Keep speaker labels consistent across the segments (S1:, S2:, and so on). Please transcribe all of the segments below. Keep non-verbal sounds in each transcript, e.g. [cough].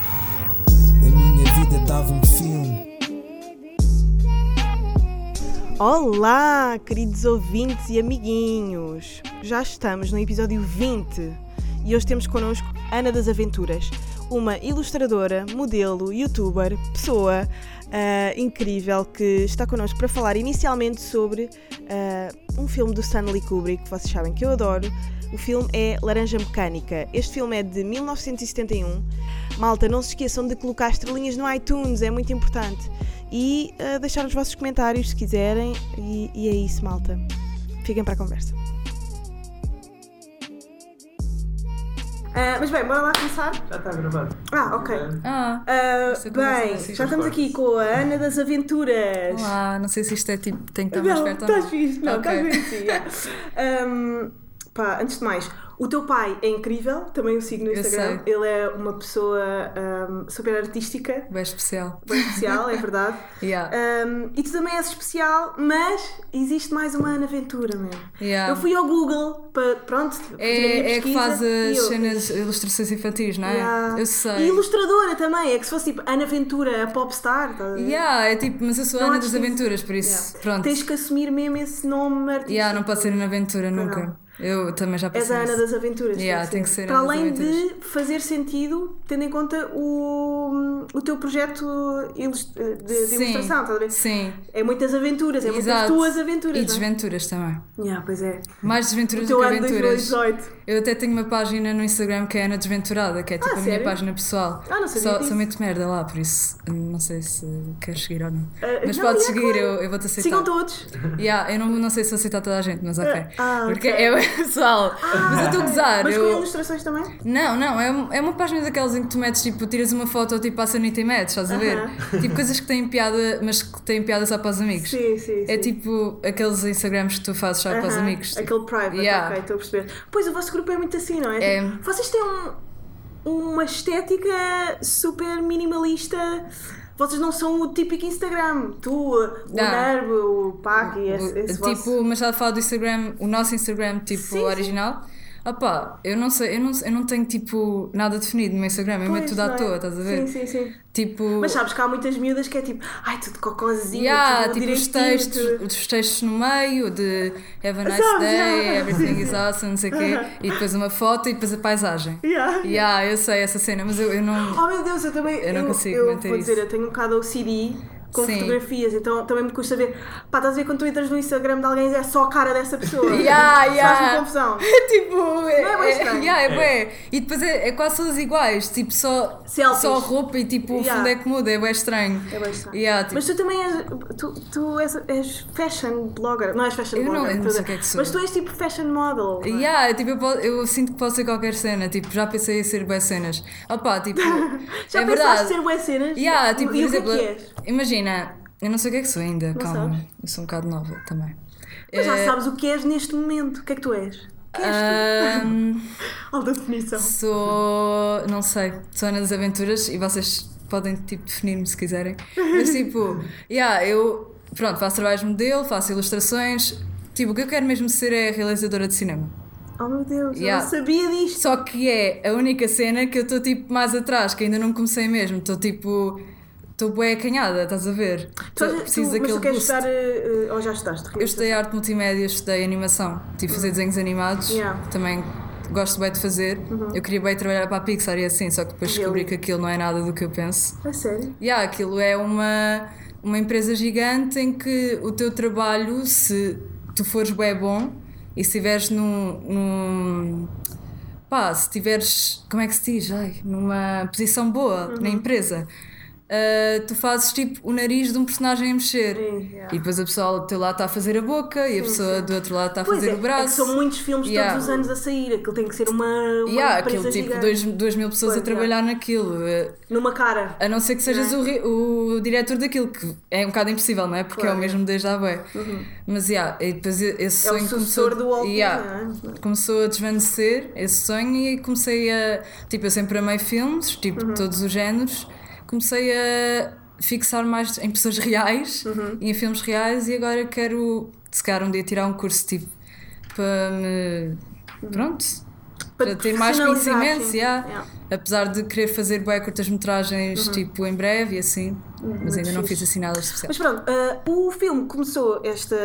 S1: A minha vida dava um filme.
S2: Olá, queridos ouvintes e amiguinhos! Já estamos no episódio 20 e hoje temos connosco Ana das Aventuras, uma ilustradora, modelo, youtuber, pessoa ah, incrível que está connosco para falar inicialmente sobre ah, um filme do Stanley Kubrick que vocês sabem que eu adoro. O filme é Laranja Mecânica. Este filme é de 1971. Malta, não se esqueçam de colocar estrelinhas no iTunes, é muito importante e ah, deixar os vossos comentários se quiserem. E, e é isso, malta. Fiquem para a conversa. Ah, mas bem, bora lá começar.
S3: Já está gravado.
S2: Ah, ok.
S4: Ah,
S2: Ah,
S4: Você começa
S2: bem,
S4: assim,
S3: com
S2: já estamos
S3: os
S2: aqui com a Ana das Aventuras.
S4: olá, não sei se isto é tipo, tem que estar mais
S2: não,
S4: perto
S2: estás fixe, não,
S4: Ok.
S2: estás bem assim.
S4: [laughs]
S2: yeah. Um, pá, antes de mais, o teu pai é incrível, também o sigo no
S4: Eu
S2: Instagram. Ele é uma pessoa um, super artística,
S4: Bem especial.
S2: bem especial, é
S4: [laughs]
S2: verdade.
S4: Yeah.
S2: Um, e tu também és especial, mas existe mais uma Ana Aventura, mesmo.
S4: Yeah.
S2: É, Eu fui ao Google para, pronto, fazer a minha
S4: Ah. é, é que
S2: pesquisa
S4: faz
S2: e
S4: as
S2: eu-
S4: cenas, ilustrações infantis, não é?
S2: Yeah.
S4: Eu
S2: E
S4: sei.
S2: ilustradora também, é que se fosse tipo Ana Ventura, a popstar, estás a ver?
S4: Yeah, é tipo, mas eu sou a
S2: Não há
S4: Ana das
S2: distinção.
S4: Aventuras, por isso,
S2: Yeah.
S4: pronto.
S2: Tens que assumir mesmo esse nome artístico.
S4: Yeah, não pode ser Ana Aventura
S2: Não,
S4: nunca. Eu também já
S2: És
S4: passei.
S2: a É Ana
S4: isso.
S2: das Aventuras.
S4: Yeah, tem que ser
S2: Para
S4: Ana das
S2: além de fazer sentido, tendo em conta o, o teu projeto ilus- de, de
S4: Sim.
S2: ilustração, estás a ver?
S4: Sim,
S2: É muitas aventuras, é muitas
S4: Exato.
S2: tuas
S4: e
S2: aventuras. não é?
S4: desventuras também.
S2: Yeah, pois é.
S4: Mais
S2: O
S4: desventuras do
S2: teu
S4: que
S2: ano de
S4: aventuras.
S2: 2018.
S4: Eu até tenho uma página no Instagram que é Ana Desventurada, que é tipo a minha
S2: Ah, sério?
S4: página pessoal.
S2: Ah, não sabia
S4: Só,
S2: disso.
S4: sou muito merda lá, por isso não sei se queres seguir ou não.
S2: Ah,
S4: mas
S2: não, yeah,
S4: podes seguir,
S2: claro.
S4: eu, eu vou-te aceitar.
S2: Sigam todos.
S4: Yeah, eu não, não sei se vou aceitar toda a gente, mas ok.
S2: ah,
S4: Porque
S2: ok. Ah,
S4: é o pessoal. [laughs] mas eu estou a gozar.
S2: Mas
S4: eu-
S2: com ilustrações também?
S4: Não, não, é, um- é uma página daquelas em que tu metes, tipo, tiras uma foto ou tipo passa a noite e metes, estás a ver? Tipo coisas que têm piada, mas que têm piada só para os amigos.
S2: Sim, sim, sim.
S4: É tipo aqueles Instagrams que tu fazes só para os
S2: Aham,
S4: amigos. tipo.
S2: Aquele private,
S4: Yeah.
S2: ok, estou a perceber. Pois o vosso grupo é muito assim, não é?
S4: É.
S2: Tipo, vocês têm um- uma estética super minimalista. Vocês não são o típico Instagram. Tu, o
S4: Não.
S2: Nervo, o Pac e esse, esse
S4: tipo,
S2: vosso.
S4: mas estava a falar do Instagram, o nosso Instagram, tipo,
S2: Sim, sim.
S4: original. Opá, eu não sei, eu não, eu não tenho tipo nada definido no meu Instagram, eu meto
S2: Pois,
S4: tudo à
S2: não é?
S4: toa, estás a ver?
S2: Sim, sim, sim.
S4: Tipo,
S2: Mas sabes que há muitas miúdas que é tipo, ai, tudo cocôzinho,
S4: yeah,
S2: tudo
S4: tipo os
S2: direitinho,
S4: textos,
S2: tudo."
S4: os textos no meio de Have a nice
S2: Sabes,
S4: day,
S2: yeah. [laughs]
S4: everything is awesome, não sei o quê, e depois uma foto e depois a paisagem.
S2: Yeah.
S4: Yeah, eu sei essa cena, mas eu, eu não.
S2: Oh meu Deus, eu também.
S4: Eu não consigo
S2: eu
S4: manter
S2: vou dizer,
S4: isso.
S2: eu tenho um bocado OCD com
S4: Sim.
S2: fotografias, então também me custa ver. Pá, estás a ver quando tu entras no Instagram de alguém é só a cara dessa pessoa.
S4: [laughs] Yeah,
S2: Faz-me
S4: yeah.
S2: confusão.
S4: É [laughs] tipo. É,
S2: Não é bué estranho?
S4: yeah, é bué. E depois é, é quase todas iguais, tipo só,
S2: Selfies.
S4: só roupa e tipo o
S2: Yeah.
S4: fundo é que muda, é bem estranho.
S2: É bem estranho.
S4: Yeah, tipo,
S2: Mas tu também és. Tu, tu és, és fashion blogger. Não és fashion
S4: Eu não-
S2: blogger.
S4: eu não
S2: tu-
S4: sei o que é que sou.
S2: Mas tu és tipo fashion model. não é?
S4: yeah, tipo, eu, po- eu sinto que posso ser qualquer cena, tipo, já pensei em ser boas cenas.
S2: [laughs]
S4: Opá, tipo,
S2: Já
S4: é
S2: pensaste
S4: verdade.
S2: ser boas cenas?
S4: Yeah, tipo,
S2: e
S4: por
S2: o que é
S4: exemplo,
S2: que és?
S4: imagina, eu não sei o que é que sou ainda, calma,
S2: sabes?
S4: eu sou um bocado nova também.
S2: Mas já
S4: Eh,
S2: sabes o que és neste momento. O que é que tu és? O que és
S4: ahm,
S2: tu? Alta definição.
S4: Sou. não sei, sou Ana das Aventuras e vocês podem tipo, definir-me se quiserem.
S2: [laughs]
S4: Mas tipo, yeah, eu pronto, faço trabalhos de modelo, faço ilustrações. Tipo, o que eu quero mesmo ser é realizadora de cinema.
S2: Oh meu Deus, eu
S4: Yeah.
S2: não sabia disto.
S4: Só que é a única cena que eu estou tipo mais atrás, que ainda não comecei mesmo. Estou tipo. Estou bué acanhada, estás a ver?
S2: Tu,
S4: Tô-
S2: tu, mas tu queres estudar. eh, eh, ou já estudaste?
S4: Eu estudei arte multimédia, estudei animação, tive de fazer desenhos animados,
S2: Uhum. Yeah. Uhum.
S4: também gosto bem de fazer. Eu queria bem trabalhar para a Pixar e assim, só que depois descobri
S2: Really?
S4: que aquilo não é nada do que eu penso.
S2: A É sério?
S4: E yeah, aquilo é uma, uma empresa gigante em que o teu trabalho, se tu fores bem bom e se estiveres num. num pá, se tiveres, como é que se diz? Ai, numa posição boa
S2: Uhum.
S4: na empresa. ah, tu fazes tipo o nariz de um personagem a mexer
S2: Sim, yeah.
S4: e depois a pessoa do teu lado está a fazer a boca e a pessoa do outro lado está a
S2: Pois
S4: fazer
S2: é,
S4: o
S2: é que
S4: braço.
S2: são muitos filmes
S4: Yeah.
S2: todos os anos a sair. Aquilo tem que ser uma. uma
S4: e há
S2: empresa
S4: aquilo tipo
S2: gigante.
S4: 2 mil pessoas
S2: Pois, é.
S4: a trabalhar naquilo. eh,
S2: Numa cara.
S4: A não ser que sejas
S2: é?
S4: o, ri- o diretor daquilo, que é um bocado impossível, não é? Porque é
S2: Claro. Uhum.
S4: o mesmo desde há bem. Mas yeah, e depois esse
S2: É o
S4: sonho
S2: sucessor do Walt Disney, não é?
S4: começou a desvanecer esse sonho e comecei a. Tipo, eu sempre amei filmes, tipo,
S2: Uhum.
S4: de todos os géneros. Comecei a fixar mais [laughs]
S2: Uhum.
S4: em pessoas reais e em filmes reais e agora quero, se calhar, um dia tirar um curso tipo para me.
S2: Uhum.
S4: Pronto. Para,
S2: te
S4: ter mais
S2: profissionalizar,
S4: conhecimentos,
S2: sim.
S4: yeah.
S2: Yeah. Uhum.
S4: apesar de querer fazer bué curtas-metragens tipo em breve e assim, mas ainda não
S2: fixe.
S4: fiz assim nada especial.
S2: Mas pronto, ah, o filme começou esta,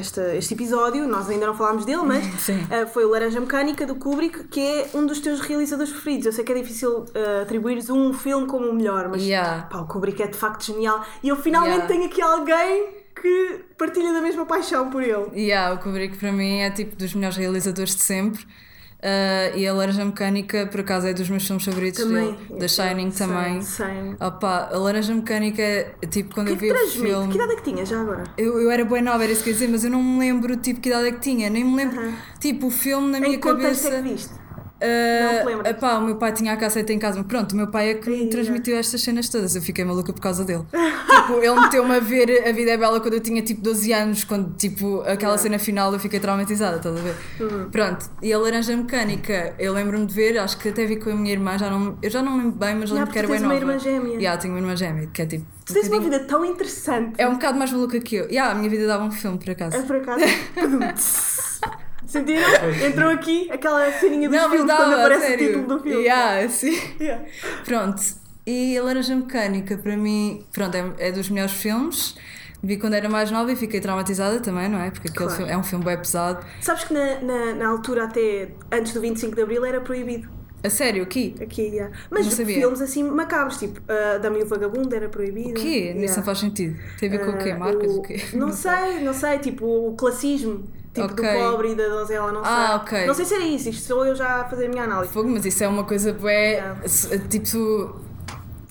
S2: esta- este episódio, nós ainda não falámos dele, mas
S4: [laughs] Sim.
S2: ah, foi o Laranja Mecânica do Kubrick, que é um dos teus realizadores preferidos. Eu sei que é difícil ah, atribuires um filme como o melhor, mas
S4: Yeah.
S2: pá, o Kubrick é de facto genial. E eu finalmente
S4: Yeah.
S2: tenho aqui alguém que partilha da mesma paixão por ele.
S4: Yeah, o Kubrick para mim é tipo dos melhores realizadores de sempre. Uh, e a Laranja Mecânica, por acaso, é dos meus filmes favoritos
S2: Também.
S4: dele. The Shining
S2: Sim,
S4: também.
S2: sim.
S4: Opa, a Laranja Mecânica, tipo, quando
S2: O que é que
S4: eu vi o
S2: transmite?
S4: filme.
S2: Que idade é que tinha já agora?
S4: Eu, eu era boa nova, era isso que eu ia dizer, mas eu não me lembro tipo que idade é que tinha, nem me lembro.
S2: Aham.
S4: Tipo, o filme na
S2: Em
S4: minha
S2: que contexto
S4: cabeça.
S2: é que viste?
S4: ah,
S2: Não te lembras?
S4: epá, o meu pai tinha a casseta em casa, mas pronto, o meu pai é que me
S2: Ia.
S4: transmitiu estas cenas todas, eu fiquei maluca por causa dele. tipo, ele meteu-me a ver A Vida é Bela quando eu tinha tipo 12 anos, quando tipo aquela cena final eu fiquei traumatizada, estás a ver?
S2: Uhum.
S4: Pronto, e a Laranja Mecânica, eu lembro-me de ver, acho que até vi com a minha irmã, já não, eu já não lembro bem, mas
S2: Ya,
S4: lembro
S2: porque
S4: que era bem
S2: tens uma
S4: nova.
S2: irmã gêmea.
S4: Ya, tenho uma irmã gêmea, que é tipo.
S2: Tu tens uma
S4: bocadinho-
S2: vida tão interessante.
S4: é um bocado mais maluca que eu. Ya, a minha vida dava um filme, por acaso.
S2: É por
S4: [laughs]
S2: acaso. Sentiram? Entrou aqui aquela ceninha dos
S4: Não, mas
S2: filmes
S4: dava,
S2: quando aparece
S4: sério.
S2: o título do filme.
S4: Yeah, sim.
S2: Yeah.
S4: Pronto. E a Laranja Mecânica, para mim, pronto, é, é dos melhores filmes. Vi quando era mais nova e fiquei traumatizada também, não é? Porque aquele
S2: Claro.
S4: filme- é um filme bem pesado.
S2: Sabes que na, na, na altura, até antes do 25 de Abril, era proibido.
S4: A sério, aqui?
S2: Aqui, yeah. Mas
S4: Não sabia.
S2: filmes assim macabros, tipo uh, Dami o Vagabundo era proibido.
S4: O quê? Isso
S2: Yeah.
S4: não faz sentido. Tem a ver com o quê?
S2: Ah,
S4: Marcas?
S2: o-
S4: O quê? [laughs]
S2: Não sei, não sei. Tipo o classismo. Tipo do
S4: Ok.
S2: pobre e da donzela, não sei.
S4: Ah, ok.
S2: Não sei se era isso. Isto sou eu já a fazer a minha análise.
S4: Fogo, mas isso é uma coisa bué,
S2: Yeah.
S4: se- tipo...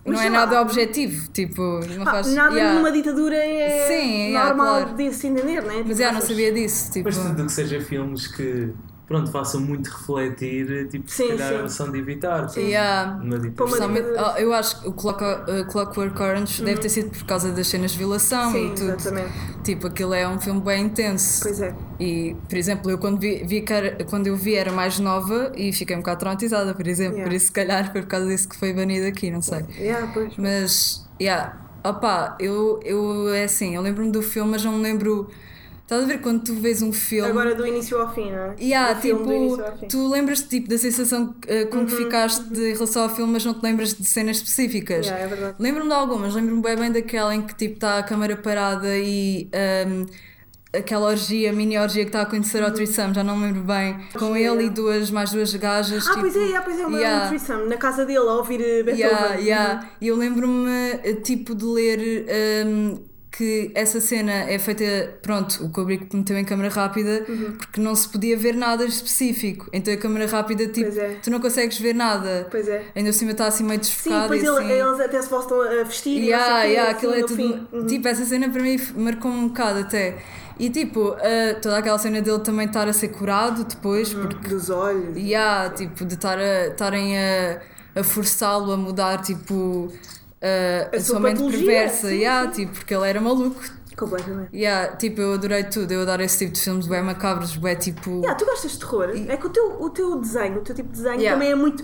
S2: Mas
S4: não é
S2: sei lá.
S4: nada objetivo, tipo, não
S2: Pá,
S4: faz...
S2: Ah, nada
S4: yeah.
S2: numa ditadura é
S4: Sim, yeah,
S2: normal
S4: claro.
S2: de se entender, não é?
S4: Mas já não sabia disso, tipo...
S5: Mas tudo o que seja filmes que pronto, façam muito refletir, tipo,
S2: Sim,
S5: se calhar
S2: sim.
S5: são de evitar. Sim.
S4: yeah.
S5: Uma
S2: Pô, mas-
S5: ditadura.
S4: Principalmente, ah, eu acho que o Clock- uh, Clockwork Orange deve ter sido por causa das cenas de violação
S2: Uhum. Sim,
S4: e tudo.
S2: exatamente.
S4: Tipo, aquilo é um filme bem intenso.
S2: Pois é.
S4: E, por exemplo, eu quando vi, vi que era- quando eu vi era mais nova e fiquei um bocado traumatizada, por exemplo.
S2: Yeah.
S4: Por isso, se calhar, foi por causa disso que foi banido aqui, não sei.
S2: Yeah, pois.
S4: Mas, yeah, opá, eu, eu é assim, eu lembro-me do filme, mas não me lembro. Estás a ver quando tu vês um filme.
S2: Agora do início ao fim, não é?
S4: E há,
S2: Do filme do início ao fim. Uhum,
S4: tipo, tu lembras-te tipo, da sensação eh, com que ficaste de- em relação ao filme, mas não te lembras de cenas específicas.
S2: Yeah, é verdade.
S4: lembro-me de algumas, lembro-me bem, bem daquela em que tipo está a câmara parada e ahm, aquela orgia, mini orgia que está a acontecer
S2: Uhum.
S4: ao Threesome, já não me lembro bem, com ele e duas, mais duas gajas.
S2: Ah,
S4: tipo,
S2: pois é, ah, pois é, uma
S4: yeah.
S2: yeah. na casa dele a ouvir eh, Beethoven.
S4: Yeah, yeah. E eu lembro-me, eh, tipo, de ler ehm, que essa cena é feita. Pronto, o Kubrick meteu em câmera rápida
S2: Uhum.
S4: porque não se podia ver nada em específico. Então a câmera rápida, tipo,
S2: Pois é.
S4: tu não consegues ver nada.
S2: Pois é.
S4: Ainda assim está assim meio
S2: Sim,
S4: desfocado.
S2: depois
S4: e
S2: ele-
S4: assim...
S2: eles até se voltam a vestir
S4: Yeah,
S2: e
S4: yeah,
S2: não sei o quê,
S4: aquilo é
S2: assim,
S4: tudo.
S2: no fim. Uhum.
S4: Tipo, essa cena para mim f- marcou-me um bocado até. E tipo, eh, toda aquela cena dele também estar a ser curado
S2: Uhum.
S4: depois, porque
S2: Dos olhos.
S4: Yeah, tipo, de estar a- estarem a, a forçá-lo a mudar, tipo, a, a
S2: A
S4: sua
S2: sua
S4: mente
S2: patologia,
S4: perversa,
S2: sim,
S4: yeah,
S2: sim.
S4: tipo, porque ele era maluco.
S2: Completamente.
S4: Yeah, tipo, eu adorei tudo, eu adoro esse tipo de filmes bem macabros, bem tipo.
S2: Yeah, tu gostas de terror? É que o teu, o teu desenho, o teu tipo de desenho
S4: Yeah.
S2: também é muito.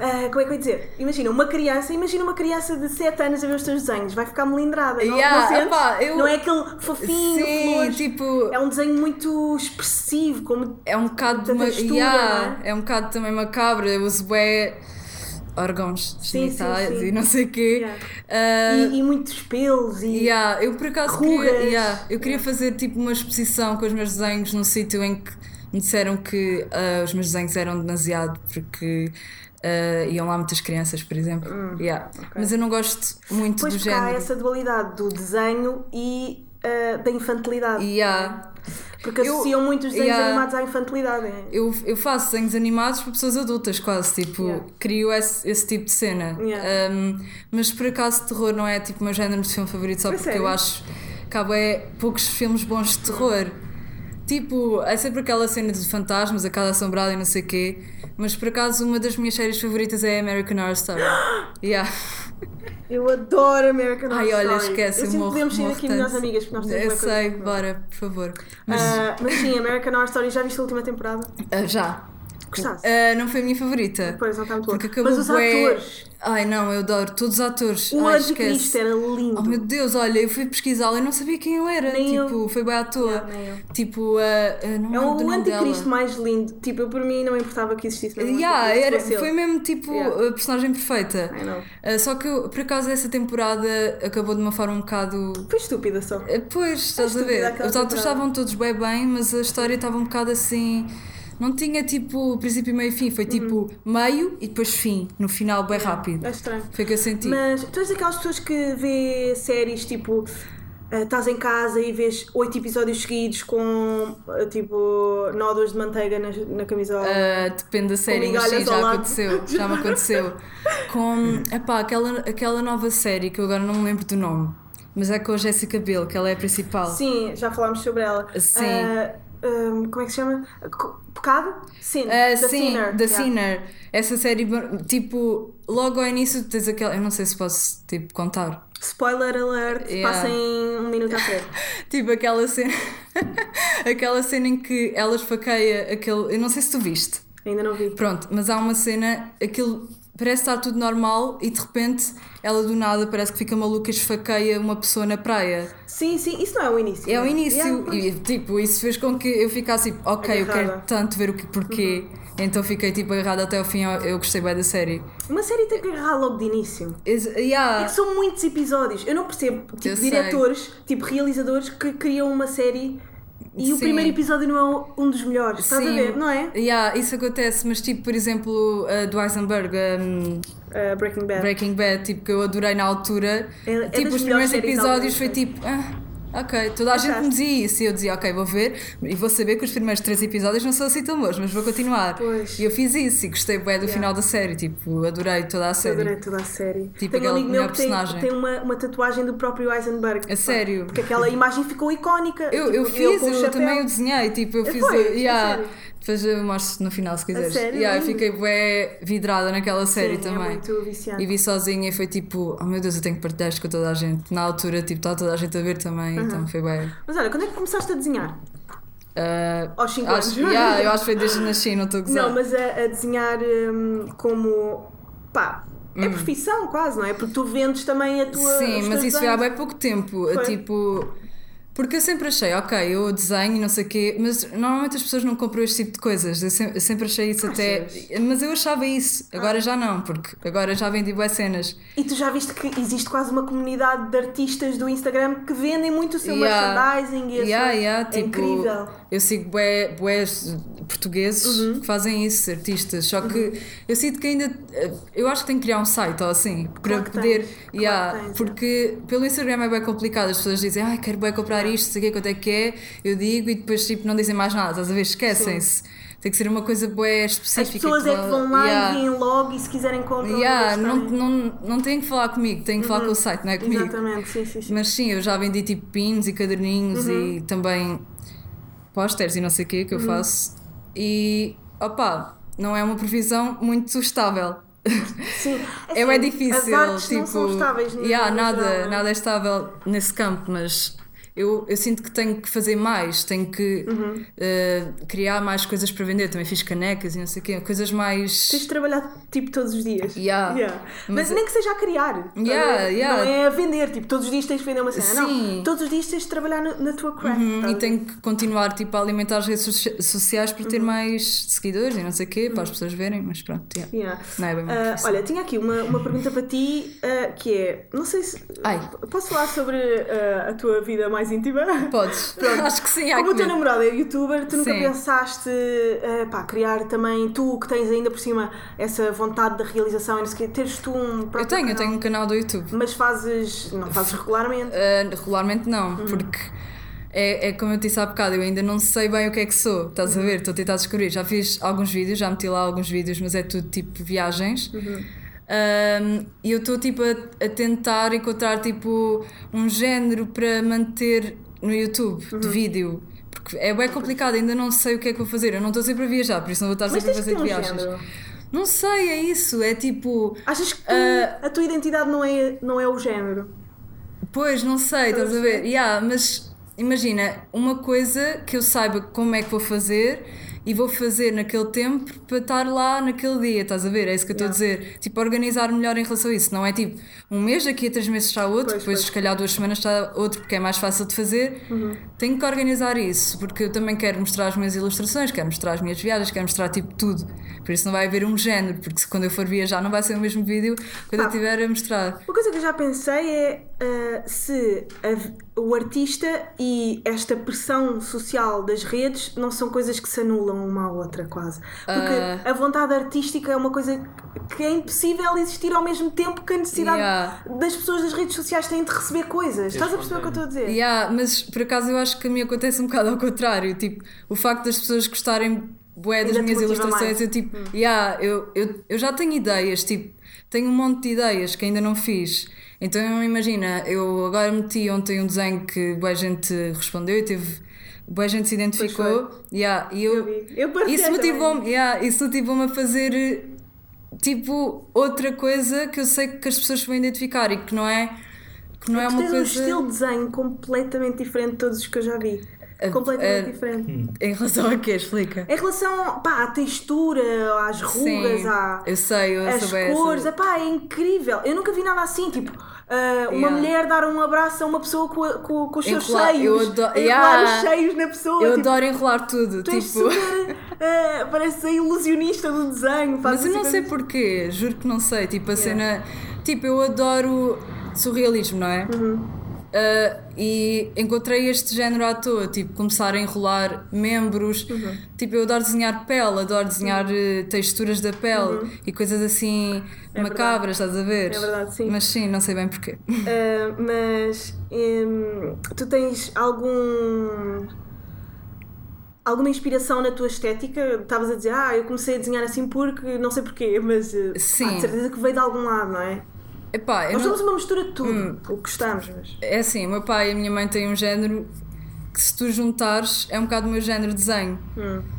S2: ah, como é que eu ia dizer? Imagina uma criança, imagina uma criança de 7 anos a ver os teus desenhos, vai ficar melindrada. Não, é?
S4: Yeah,
S2: não, sentes?
S4: epá, eu-
S2: não é aquele fofinho,
S4: Sim,
S2: flores.
S4: tipo-
S2: É um desenho muito expressivo, como.
S4: É um bocado de
S2: Tanta
S4: ma-
S2: textura,
S4: yeah,
S2: não
S4: é? um bocado também macabro, eu uso bem órgãos
S2: Sim, sim,
S4: genitais
S2: sim.
S4: e não sei o quê.
S2: Yeah.
S4: Ah,
S2: E, e muitos pelos e.
S4: Yeah, eu por acaso
S2: Rugas.
S4: queria, yeah, eu queria fazer tipo uma exposição com os meus desenhos num sítio em que me disseram que ah, os meus desenhos eram demasiado porque ah, iam lá muitas crianças, por exemplo. Yeah. Mas eu não gosto muito
S2: Hum, Pois
S4: do
S2: porque há
S4: género.
S2: essa dualidade do desenho e ah, da infantilidade.
S4: Yeah.
S2: Porque
S4: Eu-
S2: associam muito os desenhos
S4: yeah.
S2: animados à infantilidade. é?
S4: Eu, eu faço desenhos animados para pessoas adultas, quase, tipo,
S2: Yeah.
S4: crio esse, esse tipo de cena.
S2: Yeah.
S4: Um, mas por acaso terror não é tipo o meu género de filme favorito, só
S2: A
S4: porque
S2: sério?
S4: eu acho que há bué poucos filmes bons de terror. Tipo, é sempre aquela cena de fantasmas, a casa assombrada e não sei o quê. Mas por acaso uma das minhas séries favoritas é American
S2: [gasps]
S4: Horror Story. yeah.
S2: Eu adoro American Horror
S4: Ai, olha,
S2: Story.
S4: esquece,
S2: eu sempre
S4: morro-
S2: podemos ser
S4: morro
S2: aqui
S4: tanto.
S2: melhores amigas, porque nós temos
S4: Eu
S2: uma coisa
S4: sei,
S2: em comum.
S4: bora, por favor. Mas
S2: Ah, mas sim, American Horror Story, já viste a última temporada?
S4: ah, já.
S2: Gostaste?
S4: Ah, não foi a minha favorita.
S2: Pois, não está muito
S4: Porque
S2: boa.
S4: acabou
S2: Mas os
S4: bué-
S2: atores.
S4: Ai não, eu adoro todos os atores.
S2: O é
S4: Ai,
S2: Anjo
S4: esquece.
S2: Cristo era lindo.
S4: Oh meu Deus, olha, eu fui pesquisá-la e não sabia quem eu era.
S2: Nem eu.
S4: tipo, foi bem à toa.
S2: Não, nem eu.
S4: tipo, ah, ah, não
S2: É
S4: lembro do
S2: o
S4: nome dela.
S2: anticristo mais lindo. Tipo, eu para mim não importava que existisse mesmo um
S4: Yeah,
S2: anticristo,
S4: era,
S2: fosse ele.
S4: foi mesmo tipo
S2: Yeah.
S4: a personagem perfeita.
S2: I know.
S4: Ah, só que eu, por acaso essa temporada acabou de uma forma um bocado.
S2: Foi estúpida só.
S4: Ah, Pois, estás a
S2: estúpida
S4: ver?
S2: aquela
S4: Os atores
S2: temporada.
S4: estavam todos bem bem, mas a história estava um bocado assim. Não tinha tipo princípio, meio e fim. Foi tipo
S2: Uhum.
S4: meio e depois fim. No final, bem rápido.
S2: É estranho.
S4: Foi o que eu senti.
S2: Mas tu és daquelas pessoas que vê séries tipo. eh, Estás em casa e vês oito episódios seguidos com eh, tipo nódulas de manteiga na, na camisola.
S4: Ah, depende da série, mas sim,
S2: migalhas ao
S4: já
S2: lado.
S4: aconteceu. Já me aconteceu. Com epá, aquela, aquela nova série que eu agora não me lembro do nome, mas é com a Jéssica Biel, que ela é a principal.
S2: Sim, já falámos sobre ela.
S4: Sim.
S2: Eh, ehm, como é que se chama? Co- Pecado? Sin.
S4: Ah,
S2: The
S4: sim,
S2: Sinner.
S4: The
S2: Yeah.
S4: Sinner. Essa série, tipo, logo ao início tens aquela. Eu não sei se posso, tipo, contar. [laughs]
S2: Spoiler alert,
S4: Yeah.
S2: passem um minuto à frente.
S4: Tipo, aquela cena. [laughs] aquela cena em que ela esfaqueia aquele. Eu não sei se tu viste.
S2: Ainda não vi.
S4: Pronto, mas há uma cena, aquilo parece estar tudo normal e de repente ela do nada parece que fica maluca e esfaqueia uma pessoa na praia.
S2: Sim, sim, isso não é o início.
S4: É o início.
S2: Yeah, pois.
S4: e, tipo, isso fez com que eu ficasse tipo, ok, eu
S2: Agarrada. Uhum.
S4: quero tanto ver o que, porquê. Então fiquei tipo agarrada até ao fim, eu, eu gostei bem da série.
S2: Uma série tem que agarrar logo de início.
S4: Is-
S2: É
S4: yeah.
S2: que são muitos episódios. Eu não percebo, tipo,
S4: Eu sei.
S2: diretores, tipo, realizadores que criam uma série e o
S4: Sim.
S2: primeiro episódio não é um dos melhores. Estás a
S4: Sim.
S2: ver, não é?
S4: Yeah, isso acontece, mas tipo, por exemplo, a do Heisenberg, um,
S2: Uh, Breaking Bad.
S4: Breaking Bad, tipo, que eu adorei na altura.
S2: É- é
S4: tipo,
S2: das
S4: os primeiros
S2: melhores séries de alguma
S4: episódios foi
S2: coisa.
S4: tipo. "Ah, Ok, toda a gente me dizia isso e eu dizia, ok, vou ver e vou saber que os primeiros três episódios não são assim tão bons, mas vou continuar.
S2: Pois.
S4: E eu fiz isso e gostei bem do final da série, tipo, adorei toda a
S2: Eu
S4: série.
S2: Adorei toda a série.
S4: Tipo,
S2: Tenho um
S4: aquela
S2: amigo meu
S4: melhor
S2: que tem,
S4: personagem.
S2: tem uma, uma tatuagem do próprio Heisenberg.
S4: A sério?
S2: Porque aquela imagem ficou icónica.
S4: Eu,
S2: Tipo,
S4: eu
S2: ele
S4: fiz,
S2: com o
S4: eu
S2: chapéu.
S4: também o desenhei, tipo, eu
S2: É,
S4: fiz.
S2: foi?
S4: eu- yeah.
S2: A sério?
S4: Depois eu mostro no final se quiseres.
S2: sério?
S4: Yeah, eu
S2: Lindo.
S4: fiquei bué vidrada naquela série
S2: Sim, é
S4: também.
S2: muito viciante.
S4: E vi sozinha e foi tipo, oh meu Deus, eu tenho que partilhar isto com toda a gente. Na altura, tipo, estava toda a gente a ver também, então foi bem.
S2: Mas olha, quando é que começaste a desenhar?
S4: Ah,
S2: Aos 5 anos.
S4: acho, yeah, eu acho que foi desde que nasci, não estou a gozar.
S2: é. Não, mas a, a desenhar hum, como. pá, é profissão quase, não é? Porque tu vendes também a tua. os
S4: Hum. Sim, mas
S2: teus
S4: isso foi há
S2: desenhos.
S4: bem pouco tempo.
S2: Foi.
S4: Tipo. Porque eu sempre achei, ok, eu desenho, não sei o quê, mas normalmente as pessoas não compram este tipo de coisas. Eu sempre, eu sempre achei
S2: Ah,
S4: isso até. Mas eu achava isso, agora já não, porque agora já vendi boas cenas.
S2: E tu já viste que existe quase uma comunidade de artistas do Instagram que vendem muito o seu
S4: Yeah.
S2: merchandising e a
S4: Yeah,
S2: sua-
S4: yeah, tipo,
S2: É incrível. Uhum.
S4: Eu sigo bué, bués portugueses que fazem isso, artistas. Só que eu sinto que ainda. Eu acho que tenho que criar um site ou assim, para
S2: Claro que
S4: poder.
S2: tens, claro
S4: yeah,
S2: que tens,
S4: porque pelo Instagram é bem complicado. As pessoas dizem, ai, quero bem comprar isto, sei o quê, quanto é que é. Eu digo e depois tipo, não dizem mais nada. Às vezes esquecem-se. Tem que ser uma coisa bué específica. tipo,
S2: As pessoas é que vão lá
S4: yeah.
S2: e vêm logo e se quiserem um compram.
S4: Yeah,
S2: eles
S4: não,
S2: têm. Uhum.
S4: não, não têm que falar comigo, têm que falar com o site, não é comigo.
S2: Exatamente, sim, sim, sim.
S4: Mas sim, eu já vendi tipo pins e caderninhos
S2: Uhum.
S4: e também posters e não sei o que que eu faço. E opa, não é uma previsão muito estável.
S2: Sim.
S4: É bem
S2: assim,
S4: difícil.
S2: As artes
S4: tipo,
S2: não são estáveis. no-
S4: yeah,
S2: no
S4: nada,
S2: geral, não é?
S4: nada é estável nesse campo, mas eu, eu sinto que tenho que fazer mais, tenho que
S2: Uhum.
S4: eh, criar mais coisas para vender. Também fiz canecas e não sei o quê, coisas mais.
S2: Tens de trabalhar tipo todos os dias.
S4: Yeah.
S2: Mas,
S4: Mas-
S2: nem que seja a criar.
S4: Yeah,
S2: Não é-
S4: yeah.
S2: Não é a vender, tipo, todos os dias tens de vender uma cena. Não,
S4: Sim.
S2: todos os dias tens de trabalhar no- na tua craft.
S4: Hum,
S2: tá?
S4: e tenho que continuar tipo, a alimentar as redes socia- sociais para ter
S2: Uhum.
S4: mais seguidores e não sei o quê, para as pessoas verem, mas pronto. yeah.
S2: Yeah.
S4: Não é bem muito
S2: Ah,
S4: difícil.
S2: olha, tinha aqui uma, uma pergunta para ti ah, que é: não sei se.
S4: Ai.
S2: Posso falar sobre ah, a tua vida mais íntima?
S4: Podes. Acho que sim, há
S2: Como o
S4: que
S2: teu
S4: ver.
S2: namorado é youtuber, tu nunca
S4: Sim.
S2: pensaste ah, pá, criar também, tu que tens ainda por cima essa vontade da realização e não sei o quê, teres tu um Hum. próprio
S4: Eu tenho, eu
S2: canal?
S4: tenho um canal do YouTube.
S2: Mas fazes. não fazes regularmente.
S4: Ah, regularmente não,
S2: Hum.
S4: porque é, é como eu te disse há bocado, eu ainda não sei bem o que é que sou, estás
S2: Hum.
S4: a ver? Estou a tentar descobrir. Já fiz alguns vídeos, já meti lá alguns vídeos, mas é tudo tipo viagens.
S2: Uhum.
S4: Ah, E eu estou tipo a, a tentar encontrar tipo um género para manter no YouTube de
S2: Uhum.
S4: vídeo. Porque é bem complicado, ainda não sei o que é que vou fazer. Eu não estou sempre a viajar, por isso não vou estar
S2: Mas
S4: sempre a
S2: tens que
S4: fazer
S2: ter um
S4: viagens.
S2: género.
S4: Não sei, é isso. É tipo.
S2: Achas que
S4: Ah.
S2: a tua identidade não é, não é o género?
S4: Pois, não sei, estás a ver? Yeah, mas imagina, uma coisa que eu saiba como é que vou fazer e vou fazer naquele tempo para estar lá naquele dia, estás a ver? É isso que eu estou a dizer. Tipo, organizar melhor em relação a isso. Não é tipo um mês daqui a três meses está
S2: Pois,
S4: outro, depois
S2: pois. Uhum.
S4: se calhar duas semanas está outro, porque é mais fácil de fazer. Tenho que organizar isso, porque eu também quero mostrar as minhas ilustrações, quero mostrar as minhas viagens, quero mostrar tipo tudo. Por isso não vai haver um género, porque se quando eu for viajar não vai ser o mesmo vídeo quando eu
S2: Pá.
S4: estiver a mostrar.
S2: Uma coisa que eu já pensei é ah, se a v- o artista e esta pressão social das redes não são coisas que se anulam uma à outra, quase. Porque
S4: Ah.
S2: a vontade artística é uma coisa que é impossível existir ao mesmo tempo que a necessidade
S4: Yeah.
S2: das pessoas das redes sociais têm de receber coisas. Estás a perceber o que eu estou a dizer?
S4: Yeah, mas por acaso eu acho que a mim acontece um bocado ao contrário. Tipo, o facto das pessoas gostarem bué das
S2: Ainda te
S4: minhas
S2: motiva
S4: ilustrações,
S2: mais. Hum.
S4: eu tipo, yeah, eu, eu, eu já tenho ideias, tipo, tenho um monte de ideias que ainda não fiz. Então imagina, eu agora meti ontem um desenho que boa gente respondeu e teve. Boa gente se identificou. Yeah, e eu,
S2: Eu vi. Eu partilhei
S4: isso
S2: também.
S4: motivou-me yeah, isso motivou-me a fazer eh, tipo outra coisa que eu sei que as pessoas se vão identificar e que não é. Que não é
S2: Tu
S4: uma
S2: tens um
S4: coisa.
S2: estilo de desenho completamente diferente de todos os que eu já vi. completamente
S4: ah,
S2: diferente.
S4: Em relação a quê? Explica.
S2: Em relação pá, à textura, às rugas, à,
S4: eu sei, eu
S2: as
S4: sou bem
S2: cores,
S4: essa.
S2: epá, é incrível. Eu nunca vi nada assim, tipo, ah, uma
S4: Yeah.
S2: mulher dar um abraço a uma pessoa com, a- com- com os seus
S4: Enrolar-
S2: cheios.
S4: eu adoro-
S2: Enrolar os
S4: Yeah.
S2: cheios na pessoa.
S4: Eu
S2: tipo,
S4: adoro enrolar
S2: tu
S4: tudo, tipo.
S2: és super, ah, parece a ilusionista do desenho.
S4: Mas
S2: fazes
S4: eu não
S2: assim
S4: sei
S2: coisas-
S4: porquê, juro que não sei. Tipo, a cena. Tipo, eu adoro surrealismo, não é?
S2: Uhum.
S4: Ah, e encontrei este género à toa, tipo, começar a enrolar membros.
S2: Uhum.
S4: Tipo, eu adoro desenhar pele, adoro desenhar eh, texturas da pele e coisas assim macabras, estás a ver?
S2: Uhum. É verdade, sim.
S4: Mas sim, não sei bem porquê. [laughs]
S2: Ah, mas hum, tu tens algum alguma inspiração na tua estética? Estavas a dizer, ah, eu comecei a desenhar assim porque não sei porquê, mas ah,
S4: Sim.
S2: há de certeza que veio de algum lado, não é?
S4: Epá, eu
S2: Nós
S4: não- Hum.
S2: somos uma mistura de tudo, o que gostamos, mas.
S4: É assim, o meu pai e a minha mãe têm um género que se tu juntares é um bocado o meu género de desenho.